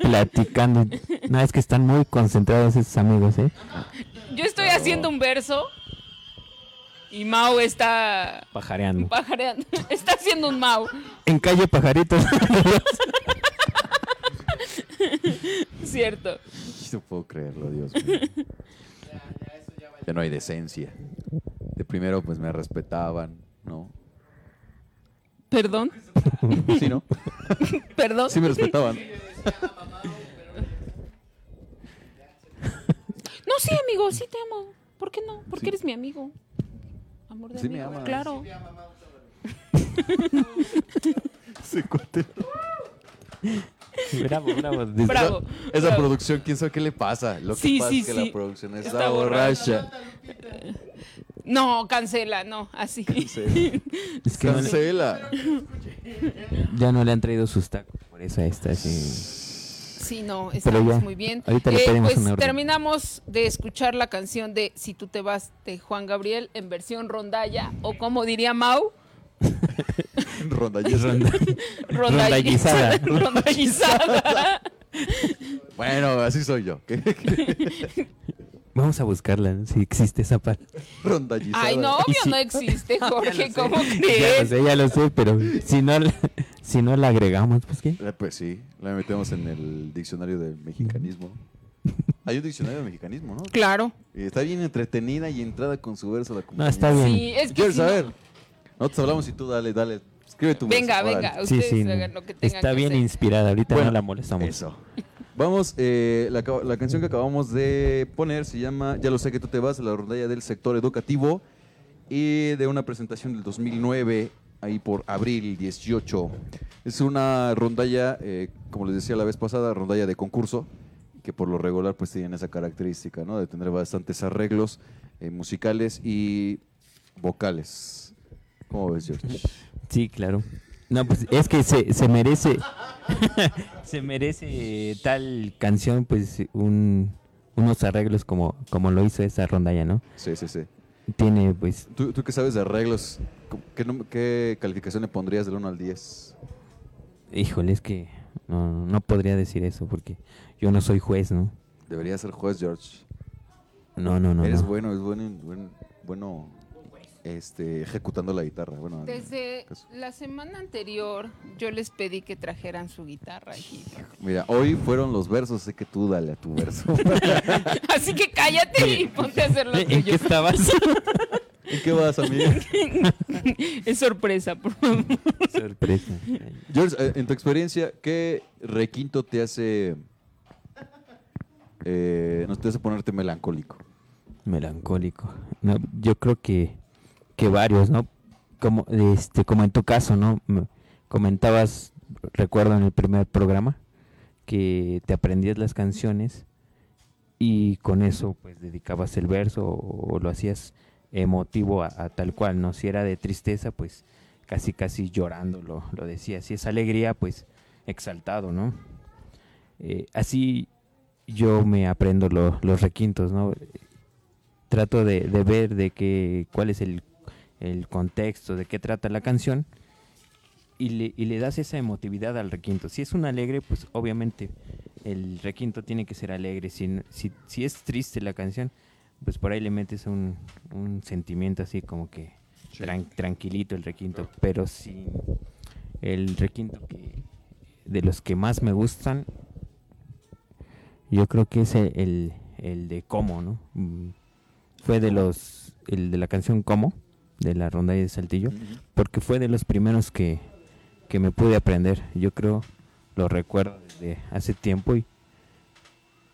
Speaker 2: platicando. No, es que están muy concentrados esos amigos, ¿eh?
Speaker 3: Yo estoy haciendo un verso y Mao está
Speaker 2: Pajareando.
Speaker 3: pajareando, está haciendo un Mao.
Speaker 2: En calle pajaritos.
Speaker 3: Cierto.
Speaker 1: No puedo creerlo, Dios mío. Ya no hay decencia. De primero, pues me respetaban, ¿no?
Speaker 3: Perdón,
Speaker 1: Sí, ¿no?
Speaker 3: perdón.
Speaker 1: Sí me respetaban.
Speaker 3: No, sí, amigo, sí te amo. ¿Por qué no? Porque
Speaker 1: Sí.
Speaker 3: eres mi amigo. Amor de
Speaker 1: Sí me
Speaker 3: amigo.
Speaker 1: amas.
Speaker 3: Claro.
Speaker 1: Se cuate.
Speaker 2: bravo, bravo.
Speaker 3: Bravo.
Speaker 1: Esa, esa
Speaker 3: bravo.
Speaker 1: producción, quién sabe qué le pasa. Lo que
Speaker 3: Sí,
Speaker 1: pasa
Speaker 3: sí,
Speaker 1: es que
Speaker 3: sí.
Speaker 1: la producción está,
Speaker 3: Está borracha.
Speaker 1: borracha.
Speaker 3: No, cancela, no, así.
Speaker 1: Cancela.
Speaker 2: Es que no le-
Speaker 1: Cancela.
Speaker 2: ya no le han traído sus tacos. Por eso ahí está así.
Speaker 3: Sí, no, estamos
Speaker 2: ya,
Speaker 3: muy bien.
Speaker 2: ahorita le pedimos
Speaker 3: pues
Speaker 2: una orden.
Speaker 3: terminamos de escuchar la canción de Si tú te vas de Juan Gabriel en versión rondalla o como diría Mau,
Speaker 1: Rondallista.
Speaker 3: rondallizada.
Speaker 2: Rondallizada.
Speaker 3: rondallizada.
Speaker 1: Bueno, así soy yo. ¿Qué- qué?
Speaker 2: Vamos a buscarla, ¿no? si existe esa parte.
Speaker 1: Rondallizada.
Speaker 3: Ay, no, obvio
Speaker 2: Sí.
Speaker 3: no existe, Jorge,
Speaker 2: Ya lo
Speaker 3: ¿cómo
Speaker 2: sé, Ya lo
Speaker 3: crees?
Speaker 2: sé, ya lo sé, pero si no, la- si no la agregamos, pues qué.
Speaker 1: Eh, Pues sí, la metemos en el diccionario de mexicanismo. Hay un diccionario de mexicanismo, ¿no?
Speaker 3: Claro.
Speaker 1: Y está bien entretenida y entrada con su verso la
Speaker 2: No,
Speaker 1: compañía.
Speaker 2: está bien.
Speaker 3: Sí, es que
Speaker 1: ¿Quieres
Speaker 3: si no-
Speaker 1: saber? Nosotros hablamos y tú dale, dale. Escribe tu
Speaker 3: Venga,
Speaker 1: verso,
Speaker 3: venga,
Speaker 1: órale.
Speaker 2: Sí,
Speaker 3: ustedes
Speaker 2: sí.
Speaker 3: hagan
Speaker 2: no.
Speaker 3: lo que tengan
Speaker 2: Está
Speaker 3: que
Speaker 2: bien
Speaker 3: hacer.
Speaker 2: inspirada, ahorita
Speaker 1: Bueno,
Speaker 2: no la molestamos.
Speaker 1: Eso. Vamos, eh, la, ca- la canción que acabamos de poner se llama Ya lo sé que tú te vas, la rondalla del sector educativo y de una presentación del 2009, ahí por abril 18. Es una rondalla, eh, como les decía la vez pasada, rondalla de concurso, que por lo regular pues tienen esa característica, ¿no? De tener bastantes arreglos eh, musicales y vocales. ¿Cómo ves, George?
Speaker 2: Sí, claro. No, pues es que se, se merece. se merece tal canción, pues un, unos arreglos como, como lo hizo esa rondalla, ¿no?
Speaker 1: Sí, sí, sí.
Speaker 2: Tiene, pues.
Speaker 1: ¿Tú, tú qué sabes de arreglos? ¿Cómo- ¿Qué, nom- qué calificación le pondrías del 1 al 10?
Speaker 2: Híjole, es que no, no podría decir eso porque yo no soy juez, ¿no?
Speaker 1: Debería ser juez, George.
Speaker 2: No, no, no.
Speaker 1: Eres
Speaker 2: no.
Speaker 1: bueno, es bueno, en- buen- bueno este, ejecutando la guitarra. Bueno, en- este
Speaker 3: Desde
Speaker 1: caso.
Speaker 3: la semana anterior yo les pedí que trajeran su guitarra aquí.
Speaker 1: Mira, hoy fueron los versos, sé que tú dale a tu verso.
Speaker 3: Así que cállate y ponte a hacer lo
Speaker 2: ¿Eh, ¿En
Speaker 3: tuyo.
Speaker 2: qué estabas?
Speaker 1: ¿En qué vas, amigo?
Speaker 2: eh.
Speaker 3: Es sorpresa, por favor.
Speaker 2: Sorpresa.
Speaker 1: George, eh, en tu experiencia, ¿qué requinto te hace... eh, nos te hace ponerte melancólico?
Speaker 2: Melancólico. No, yo creo que, que varios, ¿no? Como, este, como en tu caso, ¿no? M- Comentabas, recuerdo en el primer programa, que te aprendías las canciones y con eso pues dedicabas el verso o, o lo hacías emotivo a, a tal cual, ¿no? Si era de tristeza, pues casi casi llorando lo, lo decías. Si es alegría, pues exaltado, ¿no? Eh, así yo me aprendo lo- los requintos, ¿no? trato de, de ver de que cuál es el, el contexto de qué trata la canción y le, y le das esa emotividad al requinto. Si es un alegre, pues obviamente el requinto tiene que ser alegre. Si, n- si, si es triste la canción, pues por ahí le metes un, un sentimiento así como que tran- tranquilito el requinto. Pero si el requinto que de los que más me gustan, yo creo que es el, el, el de Como, ¿no? Mm, Fue de los, el de la canción Como, de la ronda de Saltillo porque fue de los primeros que, que me pude aprender. Yo creo, lo recuerdo desde hace tiempo y,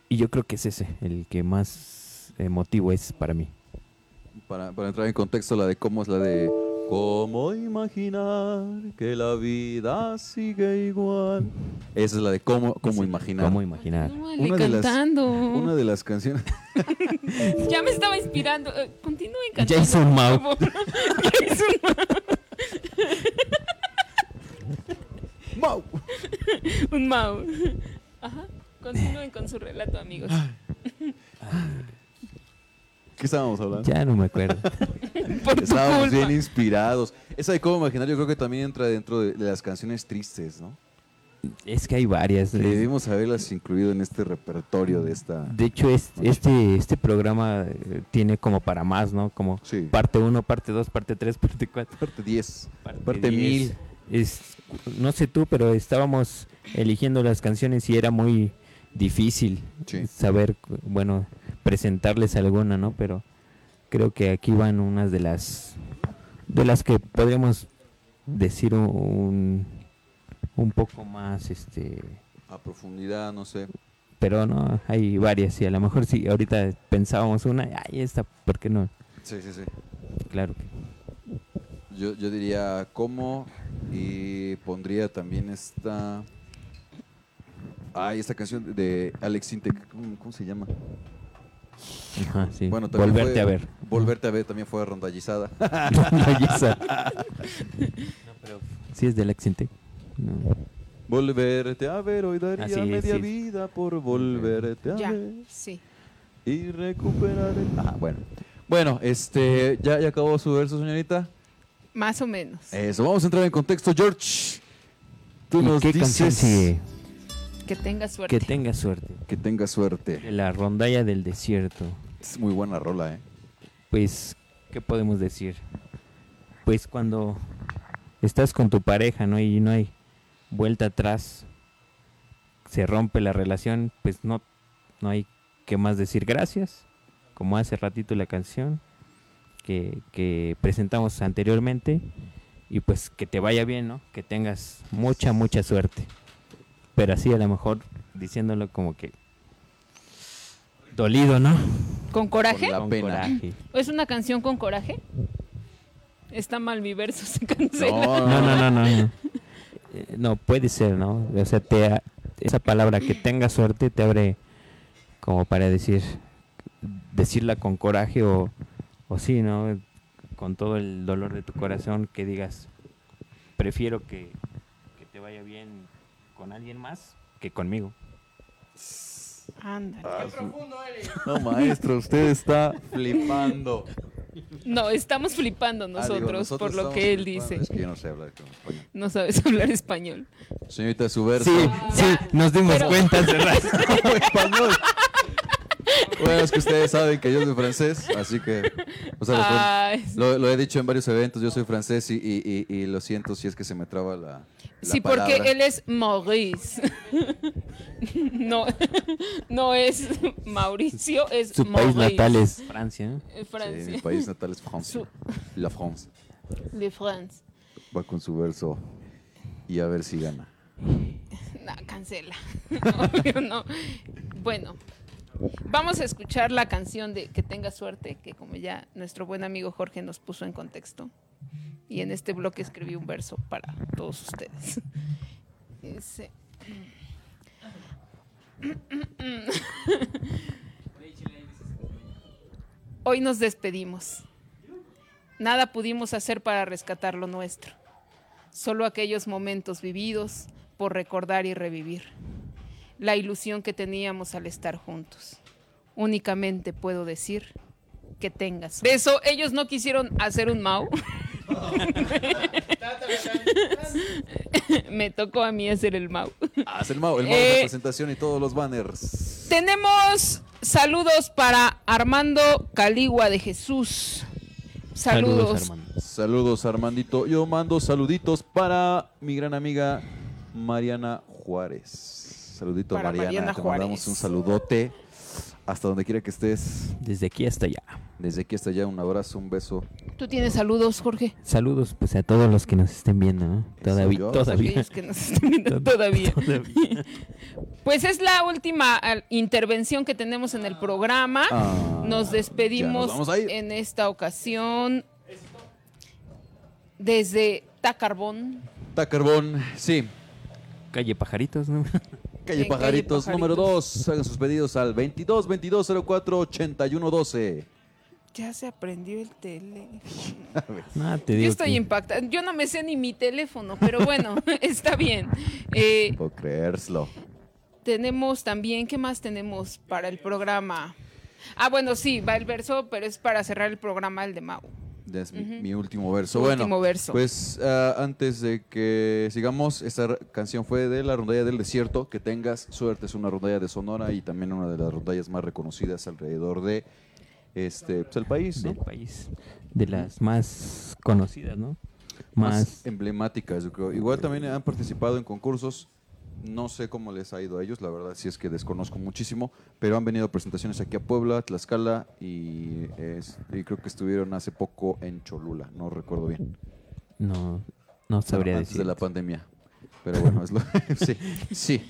Speaker 2: y yo creo que es ese, el que más emotivo es para mí.
Speaker 1: Para, para entrar en contexto, la de cómo es la de. ¿Cómo imaginar que la vida sigue igual? Esa es la de cómo, cómo imaginar.
Speaker 2: ¿Cómo imaginar?
Speaker 3: Tómale,
Speaker 1: Una de las-
Speaker 3: cantando.
Speaker 1: Una de las canciones.
Speaker 3: Ya me estaba inspirando. Eh, Continúen cantando.
Speaker 2: Jason
Speaker 3: por
Speaker 2: Mau.
Speaker 3: favor. Jason
Speaker 1: ¡Mau!
Speaker 3: Mau. Un Mau. Ajá. Continúen con su relato, amigos.
Speaker 1: Ah, ¿Qué estábamos hablando?
Speaker 2: Ya no me acuerdo.
Speaker 3: Por tu
Speaker 1: Estábamos
Speaker 3: culpa.
Speaker 1: bien inspirados. Esa de cómo imaginar, yo creo que también entra dentro de, de las canciones tristes, ¿no?
Speaker 2: es que hay varias.
Speaker 1: Debimos haberlas incluido en este repertorio de esta.
Speaker 2: De hecho, es- este, este programa eh, tiene como para más, ¿no? Como
Speaker 1: Sí.
Speaker 2: parte 1, parte 2, parte 3, parte 4.
Speaker 1: Parte 10. Parte,
Speaker 2: de
Speaker 1: 1000.
Speaker 2: 1000. Es, no sé tú, pero estábamos eligiendo las canciones y era muy difícil
Speaker 1: Sí.
Speaker 2: saber, cu- bueno, presentarles alguna, ¿no? Pero creo que aquí van unas de las de las que podríamos decir un un poco más este
Speaker 1: A profundidad, no sé.
Speaker 2: pero no hay varias y a lo mejor si ahorita pensábamos una ay esta por qué no
Speaker 1: Sí, sí, sí.
Speaker 2: claro que
Speaker 1: Yo, yo diría cómo y pondría también esta. Ay, esta canción de Alex Intec. ¿Cómo, cómo se llama?
Speaker 2: ajá, sí.
Speaker 1: también
Speaker 2: volverte
Speaker 1: fue-
Speaker 2: a ver
Speaker 1: Volverte a ver también fue rondallizada.
Speaker 2: Rayesa. Sí, es del accente. No.
Speaker 1: volverte a ver, hoy daría
Speaker 2: Así es,
Speaker 1: media
Speaker 2: sí es.
Speaker 1: vida por volverte a
Speaker 3: Ya,
Speaker 1: ver.
Speaker 3: sí.
Speaker 1: Y recuperar el... Ah, bueno. Bueno, este, ¿ya, ya acabó su verso, señorita.
Speaker 3: Más o menos.
Speaker 1: Eso, vamos a entrar en contexto, George. Tú
Speaker 2: ¿Y
Speaker 1: nos
Speaker 2: qué canción
Speaker 1: dices
Speaker 2: sigue?
Speaker 3: Que tenga suerte.
Speaker 2: Que tenga suerte.
Speaker 1: que tenga
Speaker 2: De
Speaker 1: suerte.
Speaker 2: la rondalla del desierto.
Speaker 1: Es muy buena rola, ¿eh?
Speaker 2: Pues, ¿qué podemos decir? Pues cuando estás con tu pareja, ¿no? Y no hay vuelta atrás, se rompe la relación, pues no, no hay que más decir gracias, como hace ratito la canción que, que presentamos anteriormente, y pues que te vaya bien, ¿no? Que tengas mucha, mucha suerte. Pero así a lo mejor diciéndolo como que dolido, ¿no?
Speaker 3: ¿Con coraje?
Speaker 1: Con La
Speaker 2: Con
Speaker 1: pena.
Speaker 2: coraje.
Speaker 3: ¿Es una canción con coraje? Está mal mi verso, se cancela.
Speaker 1: No,
Speaker 2: No, no, no, no. No, Eh, no, puede ser, ¿no? O sea, te a- esa palabra que tenga suerte te abre como para decir, decirla con coraje o, o sí, ¿no? Con todo el dolor de tu corazón que digas, prefiero que, que te vaya bien con alguien más que conmigo.
Speaker 3: Ándale.
Speaker 1: Ah, No, maestro, usted está flipando.
Speaker 3: No, estamos flipando
Speaker 1: Ah, digo,
Speaker 3: nosotros, por lo
Speaker 1: estamos
Speaker 3: que él
Speaker 1: flipando.
Speaker 3: dice.
Speaker 1: Es que yo no sé hablar como español.
Speaker 3: No sabes hablar español.
Speaker 1: Señorita, su verso.
Speaker 2: sí, nos dimos
Speaker 3: Pero-
Speaker 2: cuenta hace rato.
Speaker 1: Como español. Bueno, es que ustedes saben que yo soy francés, así que... o sea, lo-
Speaker 3: Ay,
Speaker 1: lo, lo he dicho en varios eventos, yo soy francés y, y- y- y lo siento si es que se me traba la... la
Speaker 3: sí,
Speaker 1: palabra.
Speaker 3: porque él es Maurice. no, no es Mauricio, es
Speaker 2: Su país
Speaker 3: Maurice.
Speaker 2: natal es Francia, ¿no?
Speaker 3: Eh,
Speaker 1: Sí,
Speaker 3: Francia.
Speaker 1: mi país natal es Francia.
Speaker 3: Su-
Speaker 1: La France.
Speaker 3: De France.
Speaker 1: Va con su verso y a ver si gana.
Speaker 3: No, cancela. Obvio, no. Bueno, vamos a escuchar la canción de Que tenga suerte, que como ya nuestro buen amigo Jorge nos puso en contexto. Y en este bloque escribí un verso para todos ustedes. Dice- Hoy nos despedimos. Nada pudimos hacer para rescatar lo nuestro solo aquellos momentos vividos por recordar y revivir. La ilusión que teníamos al estar juntos. Únicamente puedo decir, que tengas. De eso, ellos no quisieron hacer un Mau. Me tocó a mí hacer el Mau.
Speaker 1: Haz Ah, el Mau, el Mau de la
Speaker 3: Eh,
Speaker 1: presentación y todos los banners.
Speaker 3: Tenemos saludos para Armando Caligua de Jesús. Saludos.
Speaker 2: Armando.
Speaker 1: Saludos, Armandito. Yo mando saluditos para mi gran amiga Mariana Juárez. Saludito,
Speaker 3: Para
Speaker 1: Mariana.
Speaker 3: Mariana
Speaker 1: Te
Speaker 3: Juárez.
Speaker 1: mandamos un saludote. Hasta donde quiera que estés.
Speaker 2: Desde aquí hasta allá.
Speaker 1: Desde aquí hasta allá, un abrazo, un beso.
Speaker 3: Tú tienes saludos, Jorge.
Speaker 2: Saludos pues a todos los que nos estén viendo, ¿no? Todavi-
Speaker 1: yo?
Speaker 2: Todavía.
Speaker 3: Aquellos que nos están viendo todavía.
Speaker 2: Todavía.
Speaker 3: Pues es la última al- intervención que tenemos en el programa.
Speaker 1: Ah,
Speaker 3: nos
Speaker 1: ya nos
Speaker 3: despedimos
Speaker 1: vamos a ir.
Speaker 3: en esta ocasión desde Tacarbón.
Speaker 1: Tacarbón, sí.
Speaker 2: Calle Pajaritos, ¿no?
Speaker 1: Calle
Speaker 3: En Calle
Speaker 1: Pajaritos,
Speaker 3: Pajaritos.
Speaker 1: número 2. Hagan sus pedidos al 22 22 04 81 12.
Speaker 3: Ya se aprendió el teléfono.
Speaker 2: No, te
Speaker 3: Yo
Speaker 2: digo
Speaker 3: estoy
Speaker 2: que-
Speaker 3: impactada. Yo no me sé ni mi teléfono, pero bueno, está bien. Eh,
Speaker 1: Puedo creérselo.
Speaker 3: tenemos también, ¿qué más tenemos para el programa? Ah, bueno, sí, va el verso, pero es para cerrar el programa, el de Mau.
Speaker 1: Ya es mi- mi, último verso.
Speaker 3: Tu
Speaker 1: bueno,
Speaker 3: último verso.
Speaker 1: pues ah, antes de que sigamos, esta r- canción fue de la rondalla del desierto. Que tengas suerte, es una rondalla de Sonora y también una de las rondallas más reconocidas alrededor de este pues, el país, ¿no?
Speaker 2: del país. De las más conocidas, ¿no?
Speaker 1: más
Speaker 2: Más. eh,
Speaker 1: emblemáticas, yo creo. Igual también han participado en concursos. No sé cómo les ha ido a ellos, la verdad sí es que desconozco muchísimo, pero han venido presentaciones aquí a Puebla, Tlaxcala y, es- y creo que estuvieron hace poco en Cholula, no recuerdo bien.
Speaker 2: No, no sabría
Speaker 1: antes de
Speaker 2: decir.
Speaker 1: la pandemia. Pero bueno, es lo sí, sí,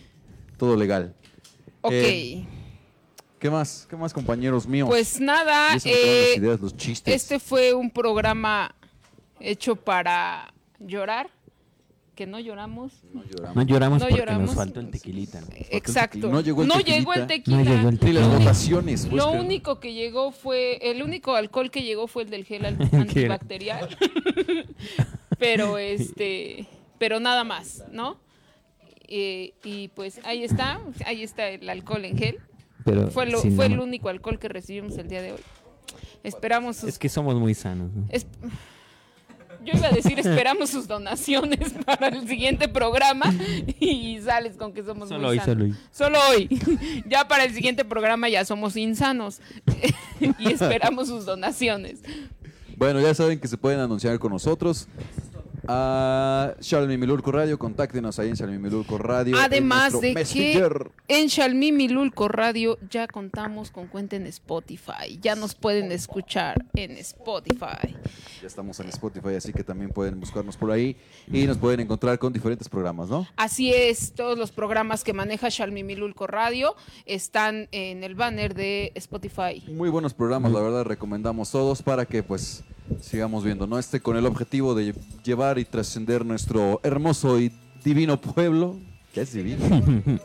Speaker 1: todo legal.
Speaker 3: Ok,
Speaker 1: Eh, ¿Qué más? ¿Qué más, compañeros míos?
Speaker 3: pues nada,
Speaker 1: Y eso me quedaron las
Speaker 3: eh,
Speaker 1: ideas, los chistes.
Speaker 3: este fue un programa hecho para llorar, que no lloramos.
Speaker 1: No lloramos.
Speaker 2: No lloramos
Speaker 3: No
Speaker 2: porque
Speaker 3: lloramos.
Speaker 2: nos faltó el tequilita. ¿no?
Speaker 3: Exacto.
Speaker 1: tequila. No llegó el tequilita.
Speaker 3: tequila.
Speaker 2: No llegó el
Speaker 1: Y las
Speaker 2: Lo único-
Speaker 1: votaciones. pues,
Speaker 3: Lo
Speaker 1: que-
Speaker 3: único que llegó fue, el único alcohol que llegó fue el del gel al-
Speaker 2: Gel.
Speaker 3: antibacterial. pero este, pero nada más, ¿no? Eh, y pues ahí está, ahí está el alcohol en gel.
Speaker 2: Pero
Speaker 3: Fue, lo-
Speaker 2: sin
Speaker 3: fue el
Speaker 2: nada-
Speaker 3: único alcohol que recibimos el día de hoy. Esperamos sus...
Speaker 2: Es que somos muy sanos. ¿no?
Speaker 3: es- yo iba a decir esperamos sus donaciones para el siguiente programa y sales con que somos
Speaker 2: Solo
Speaker 3: muy
Speaker 2: hoy,
Speaker 3: sanos.
Speaker 2: solo hoy.
Speaker 3: Solo hoy. Ya para el siguiente programa ya somos insanos. y esperamos sus donaciones.
Speaker 1: Bueno, ya saben que se pueden anunciar con nosotros. A Shalmimilurco Radio, contáctenos ahí en Shalmimilurco Radio. en
Speaker 3: Además
Speaker 1: nuestro
Speaker 3: de
Speaker 1: Messenger.
Speaker 3: que en Shalmi Milulco Radio ya contamos con cuenta en Spotify. Ya nos pueden escuchar en Spotify.
Speaker 1: Ya estamos en Spotify, así que también pueden buscarnos por ahí y nos pueden encontrar con diferentes programas, ¿no?
Speaker 3: Así es, todos los programas que maneja Shalmi Milulco Radio están en el banner de Spotify.
Speaker 1: Muy buenos programas, la verdad, recomendamos todos para que pues sigamos viendo, ¿no? Este con el objetivo de llevar y trascender nuestro hermoso y divino pueblo, que es divino.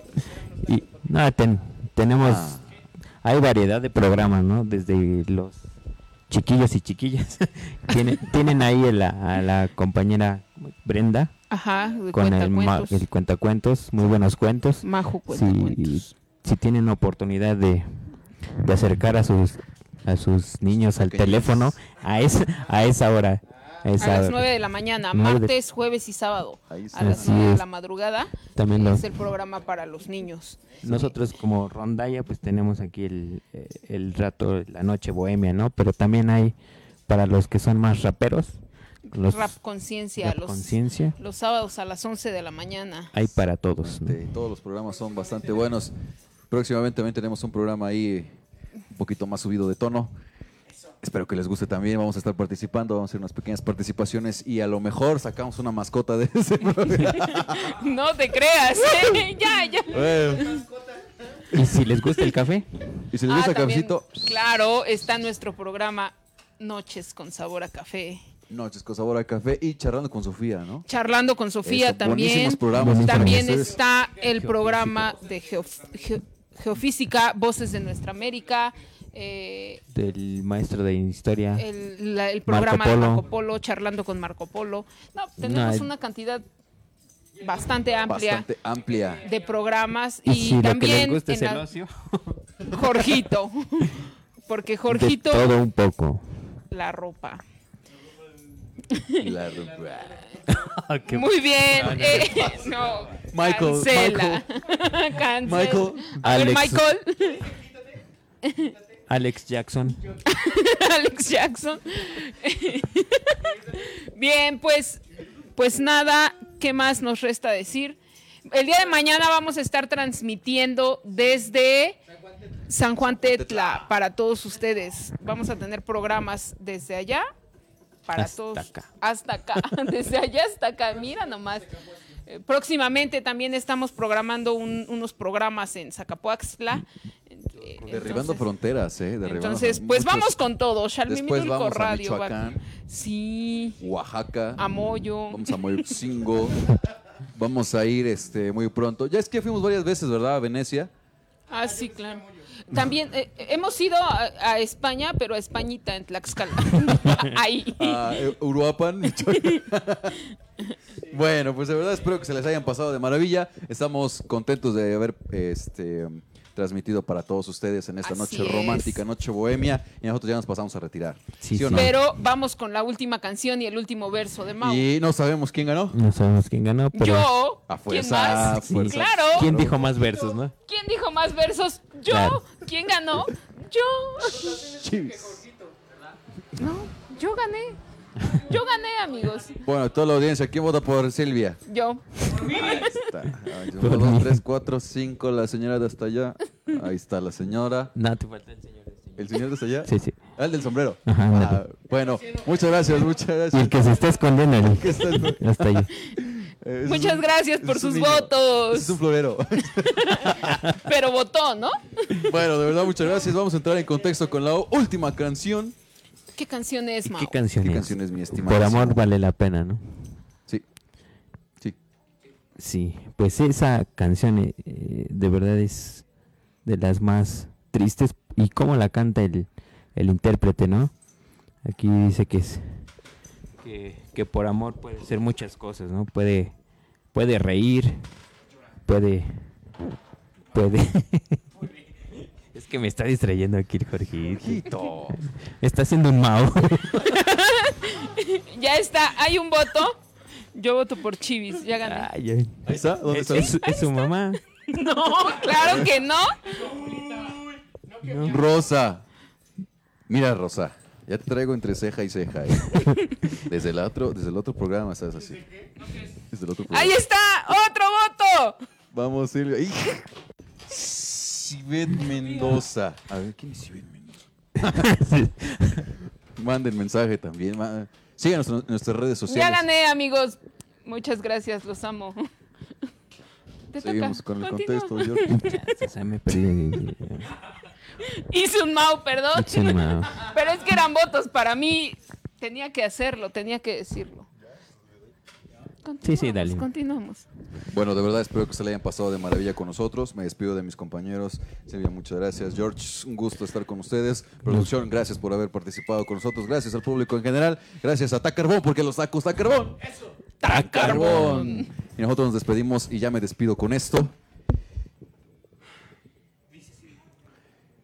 Speaker 2: Y nada, ten- tenemos.
Speaker 1: Ah.
Speaker 2: Hay variedad de programas, ¿no? Desde los chiquillos y chiquillas. tienen, tienen ahí a la, a la compañera Brenda
Speaker 3: Ajá, de
Speaker 2: con el, ma-
Speaker 3: cuentacuentos.
Speaker 2: el cuentacuentos, muy buenos cuentos.
Speaker 3: Majo
Speaker 2: si,
Speaker 3: cuentacuentos.
Speaker 2: si tienen oportunidad de, de acercar a sus a sus niños al
Speaker 1: Pequeños.
Speaker 2: teléfono a esa a esa hora a
Speaker 3: a
Speaker 2: esa
Speaker 3: las
Speaker 2: hora.
Speaker 3: 9 de la mañana,
Speaker 2: Nueve de-
Speaker 3: martes, jueves y sábado.
Speaker 1: Ahí
Speaker 3: A
Speaker 1: está.
Speaker 3: las
Speaker 2: Así
Speaker 3: 9 de
Speaker 2: es.
Speaker 3: la madrugada
Speaker 2: también lo-
Speaker 3: es el programa para los niños.
Speaker 2: nosotros como rondalla pues tenemos aquí el, eh, el rato la noche bohemia no pero también hay para los que son más raperos los
Speaker 3: Rap conciencia,
Speaker 2: rap
Speaker 3: los,
Speaker 2: conciencia
Speaker 3: los sábados a las 11 de la mañana.
Speaker 2: hay para todos ¿no?
Speaker 1: Este, todos los programas son bastante buenos. Próximamente también tenemos un programa ahí un poquito más subido de tono. Espero que les guste también. Vamos a estar participando, vamos a hacer unas pequeñas participaciones y a lo mejor sacamos una mascota de ese programa.
Speaker 3: No te creas, ¿eh? ya, ya.
Speaker 1: Bueno,
Speaker 2: y si les gusta el café
Speaker 1: y si les gusta
Speaker 3: Ah, también,
Speaker 1: cafecito,
Speaker 3: claro, está nuestro programa Noches con Sabor a Café.
Speaker 1: noches con sabor a café y charlando con Sofía, ¿no?
Speaker 3: Charlando con Sofía
Speaker 1: Eso,
Speaker 3: también.
Speaker 1: Buenísimos programas.
Speaker 3: También
Speaker 1: Ustedes-
Speaker 3: está el programa de geof- geo- Geofísica, Voces de Nuestra América. Eh,
Speaker 2: del maestro de historia
Speaker 3: el, la- el programa
Speaker 2: Marco Polo.
Speaker 3: de Marco Polo, charlando con Marco Polo. No, tenemos
Speaker 2: No, eh,
Speaker 3: una cantidad bastante amplia
Speaker 1: Bastante amplia.
Speaker 3: de programas y,
Speaker 2: y, si Ah, lo que les
Speaker 3: también
Speaker 2: gusta es
Speaker 3: en
Speaker 2: el
Speaker 3: la-
Speaker 2: ocio
Speaker 3: Jorgito. porque
Speaker 4: De
Speaker 3: Jorgito
Speaker 4: todo un poco.
Speaker 3: la ropa.
Speaker 1: La ropa.
Speaker 3: Muy
Speaker 2: Ah,
Speaker 3: bien. eh, no.
Speaker 2: Michael,
Speaker 3: Cancela. Cancela.
Speaker 2: Michael.
Speaker 3: A ver,
Speaker 4: Alex.
Speaker 3: Michael.
Speaker 2: Alex Jackson.
Speaker 3: Alex Jackson. Bien, pues, pues nada, ¿qué más nos resta decir? El día de mañana vamos a estar transmitiendo desde San Juan Tetla para todos ustedes. Vamos a tener programas desde allá para
Speaker 2: Hasta
Speaker 3: todos.
Speaker 2: acá.
Speaker 3: Hasta acá, desde allá hasta acá. Mira nomás. Eh, Próximamente también estamos programando un- unos programas en Zacapoaxtla. Eh,
Speaker 1: Derribando
Speaker 3: entonces-
Speaker 1: fronteras, ¿eh? Derribando
Speaker 3: entonces,
Speaker 1: fron-
Speaker 3: pues
Speaker 1: muchos-
Speaker 3: vamos con todo.
Speaker 1: Después
Speaker 3: Shalmimidulco
Speaker 1: vamos a
Speaker 3: Radio. va-
Speaker 1: Michoacán.
Speaker 3: Sí,
Speaker 1: Oaxaca.
Speaker 3: a Moyo.
Speaker 1: Vamos a Moyopsingo. vamos a ir este, muy pronto. Ya es que fuimos varias veces, ¿verdad? A Venecia.
Speaker 3: Ah, sí, claro. También eh, hemos ido a, a España, pero a Españita, en Tlaxcala. Ahí.
Speaker 1: a eh, Uruapan, Michoacán. bueno, pues de verdad espero que se les hayan pasado de maravilla. Estamos contentos de haber este, transmitido para todos ustedes en esta
Speaker 3: Así
Speaker 1: noche
Speaker 3: es.
Speaker 1: romántica, noche bohemia. Y nosotros ya nos pasamos a retirar.
Speaker 2: Sí,
Speaker 1: o
Speaker 2: sí.
Speaker 1: no?
Speaker 3: Pero vamos con la última canción y el último verso de Mau.
Speaker 1: Y no sabemos quién ganó.
Speaker 2: No sabemos quién ganó, pero.
Speaker 3: Yo.
Speaker 1: A
Speaker 3: ¿Quién
Speaker 1: fuerza, a
Speaker 3: más?
Speaker 1: Sí. fuerza.
Speaker 3: Claro.
Speaker 2: ¿Quién dijo más versos, no?
Speaker 3: ¿Quién dijo más versos? Yo.
Speaker 2: Claro.
Speaker 3: ¿Quién ganó? Yo. No, yo gané. Yo gané, amigos.
Speaker 1: Bueno, toda la audiencia, ¿quién vota por Silvia?
Speaker 3: Yo.
Speaker 1: Está. Ay, Uno, dos, tres, cuatro, cinco, la señora de hasta allá. Ahí está la señora.
Speaker 2: No, te falta el señor. el señor.
Speaker 1: ¿El señor de hasta allá?
Speaker 2: Sí, sí.
Speaker 1: Ah, el del sombrero.
Speaker 2: Ajá,
Speaker 1: Ah, bueno, muchas gracias, muchas
Speaker 2: Y el
Speaker 1: gracias.
Speaker 2: que se está escondiendo, el-
Speaker 1: ¿Qué estás-
Speaker 2: Hasta ahí.
Speaker 1: Eh, es
Speaker 3: Muchas
Speaker 1: un-
Speaker 3: gracias por
Speaker 1: es un
Speaker 3: sus
Speaker 1: niño.
Speaker 3: votos.
Speaker 1: Es un florero.
Speaker 3: Pero votó, ¿no?
Speaker 1: bueno, de verdad, muchas gracias. Vamos a entrar en contexto con la última canción.
Speaker 3: ¿Qué canción es, Mau?
Speaker 2: ¿Qué canción
Speaker 1: ¿Qué
Speaker 2: es?
Speaker 1: canción es, mi estimado?
Speaker 2: Por amor vale la pena, ¿no?
Speaker 1: Sí. Sí.
Speaker 2: Sí, pues esa canción eh, eh, de verdad es de las más tristes. Y cómo la canta el, el intérprete, ¿no? Aquí dice que es. Que, que por amor puede ser muchas cosas, ¿no? Puede, puede reír, puede. Puede. es que me está distrayendo aquí el Jorgito. Está haciendo un mao.
Speaker 3: Ya está, hay un voto. Ah, Yo voto por Chivis, ya gané.
Speaker 2: Ay, ay.
Speaker 1: Ahí está, ¿dónde
Speaker 2: Es,
Speaker 1: está?
Speaker 2: es su- es su mamá.
Speaker 3: No, claro que no.
Speaker 1: Rosa. Mira, Rosa. Ya te traigo entre ceja y ceja. eh. Desde, el otro, desde el otro programa estás así. Desde el otro programa.
Speaker 3: Ahí está, otro voto.
Speaker 1: Vamos, Silvia. Hija. Sibet Mendoza. A ver, ¿quién es Sibet Mendoza? Manden mensaje también. ma- Síganos en nuestras redes
Speaker 3: Ya
Speaker 2: Pues
Speaker 1: sociales.
Speaker 3: gané, amigos. Muchas gracias, los amo. Te
Speaker 1: Seguimos con el
Speaker 3: continúa.
Speaker 1: contexto, George.
Speaker 2: O sea, me perdí.
Speaker 3: Hice un Mau, perdón.
Speaker 2: Hice un Mau.
Speaker 3: Pero es que eran votos para mí. Tenía que hacerlo, tenía que decirlo.
Speaker 2: Sí, sí, dale.
Speaker 3: Continuamos, Continuamos.
Speaker 1: Bueno, de verdad espero que se le hayan pasado de maravilla con nosotros. Me despido de mis compañeros. Silvia, muchas gracias. George, un gusto estar con ustedes. Producción, gracias por haber participado con nosotros. Gracias al público en general. Gracias a Tacarbón, porque los tacos Tacarbón. Eso. Tacarbón. Y nosotros nos despedimos y ya me despido con esto.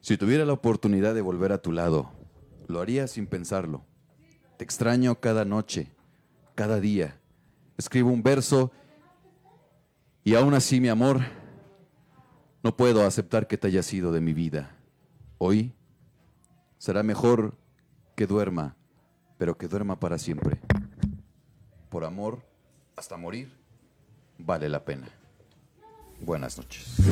Speaker 1: Si tuviera la oportunidad de volver a tu lado, lo haría sin pensarlo. Te extraño cada noche, cada día. Escribo un verso y aún así, mi amor, no puedo aceptar que te hayas ido de mi vida. Hoy será mejor que duerma, pero que duerma para siempre. Por amor, hasta morir, vale la pena. Buenas noches.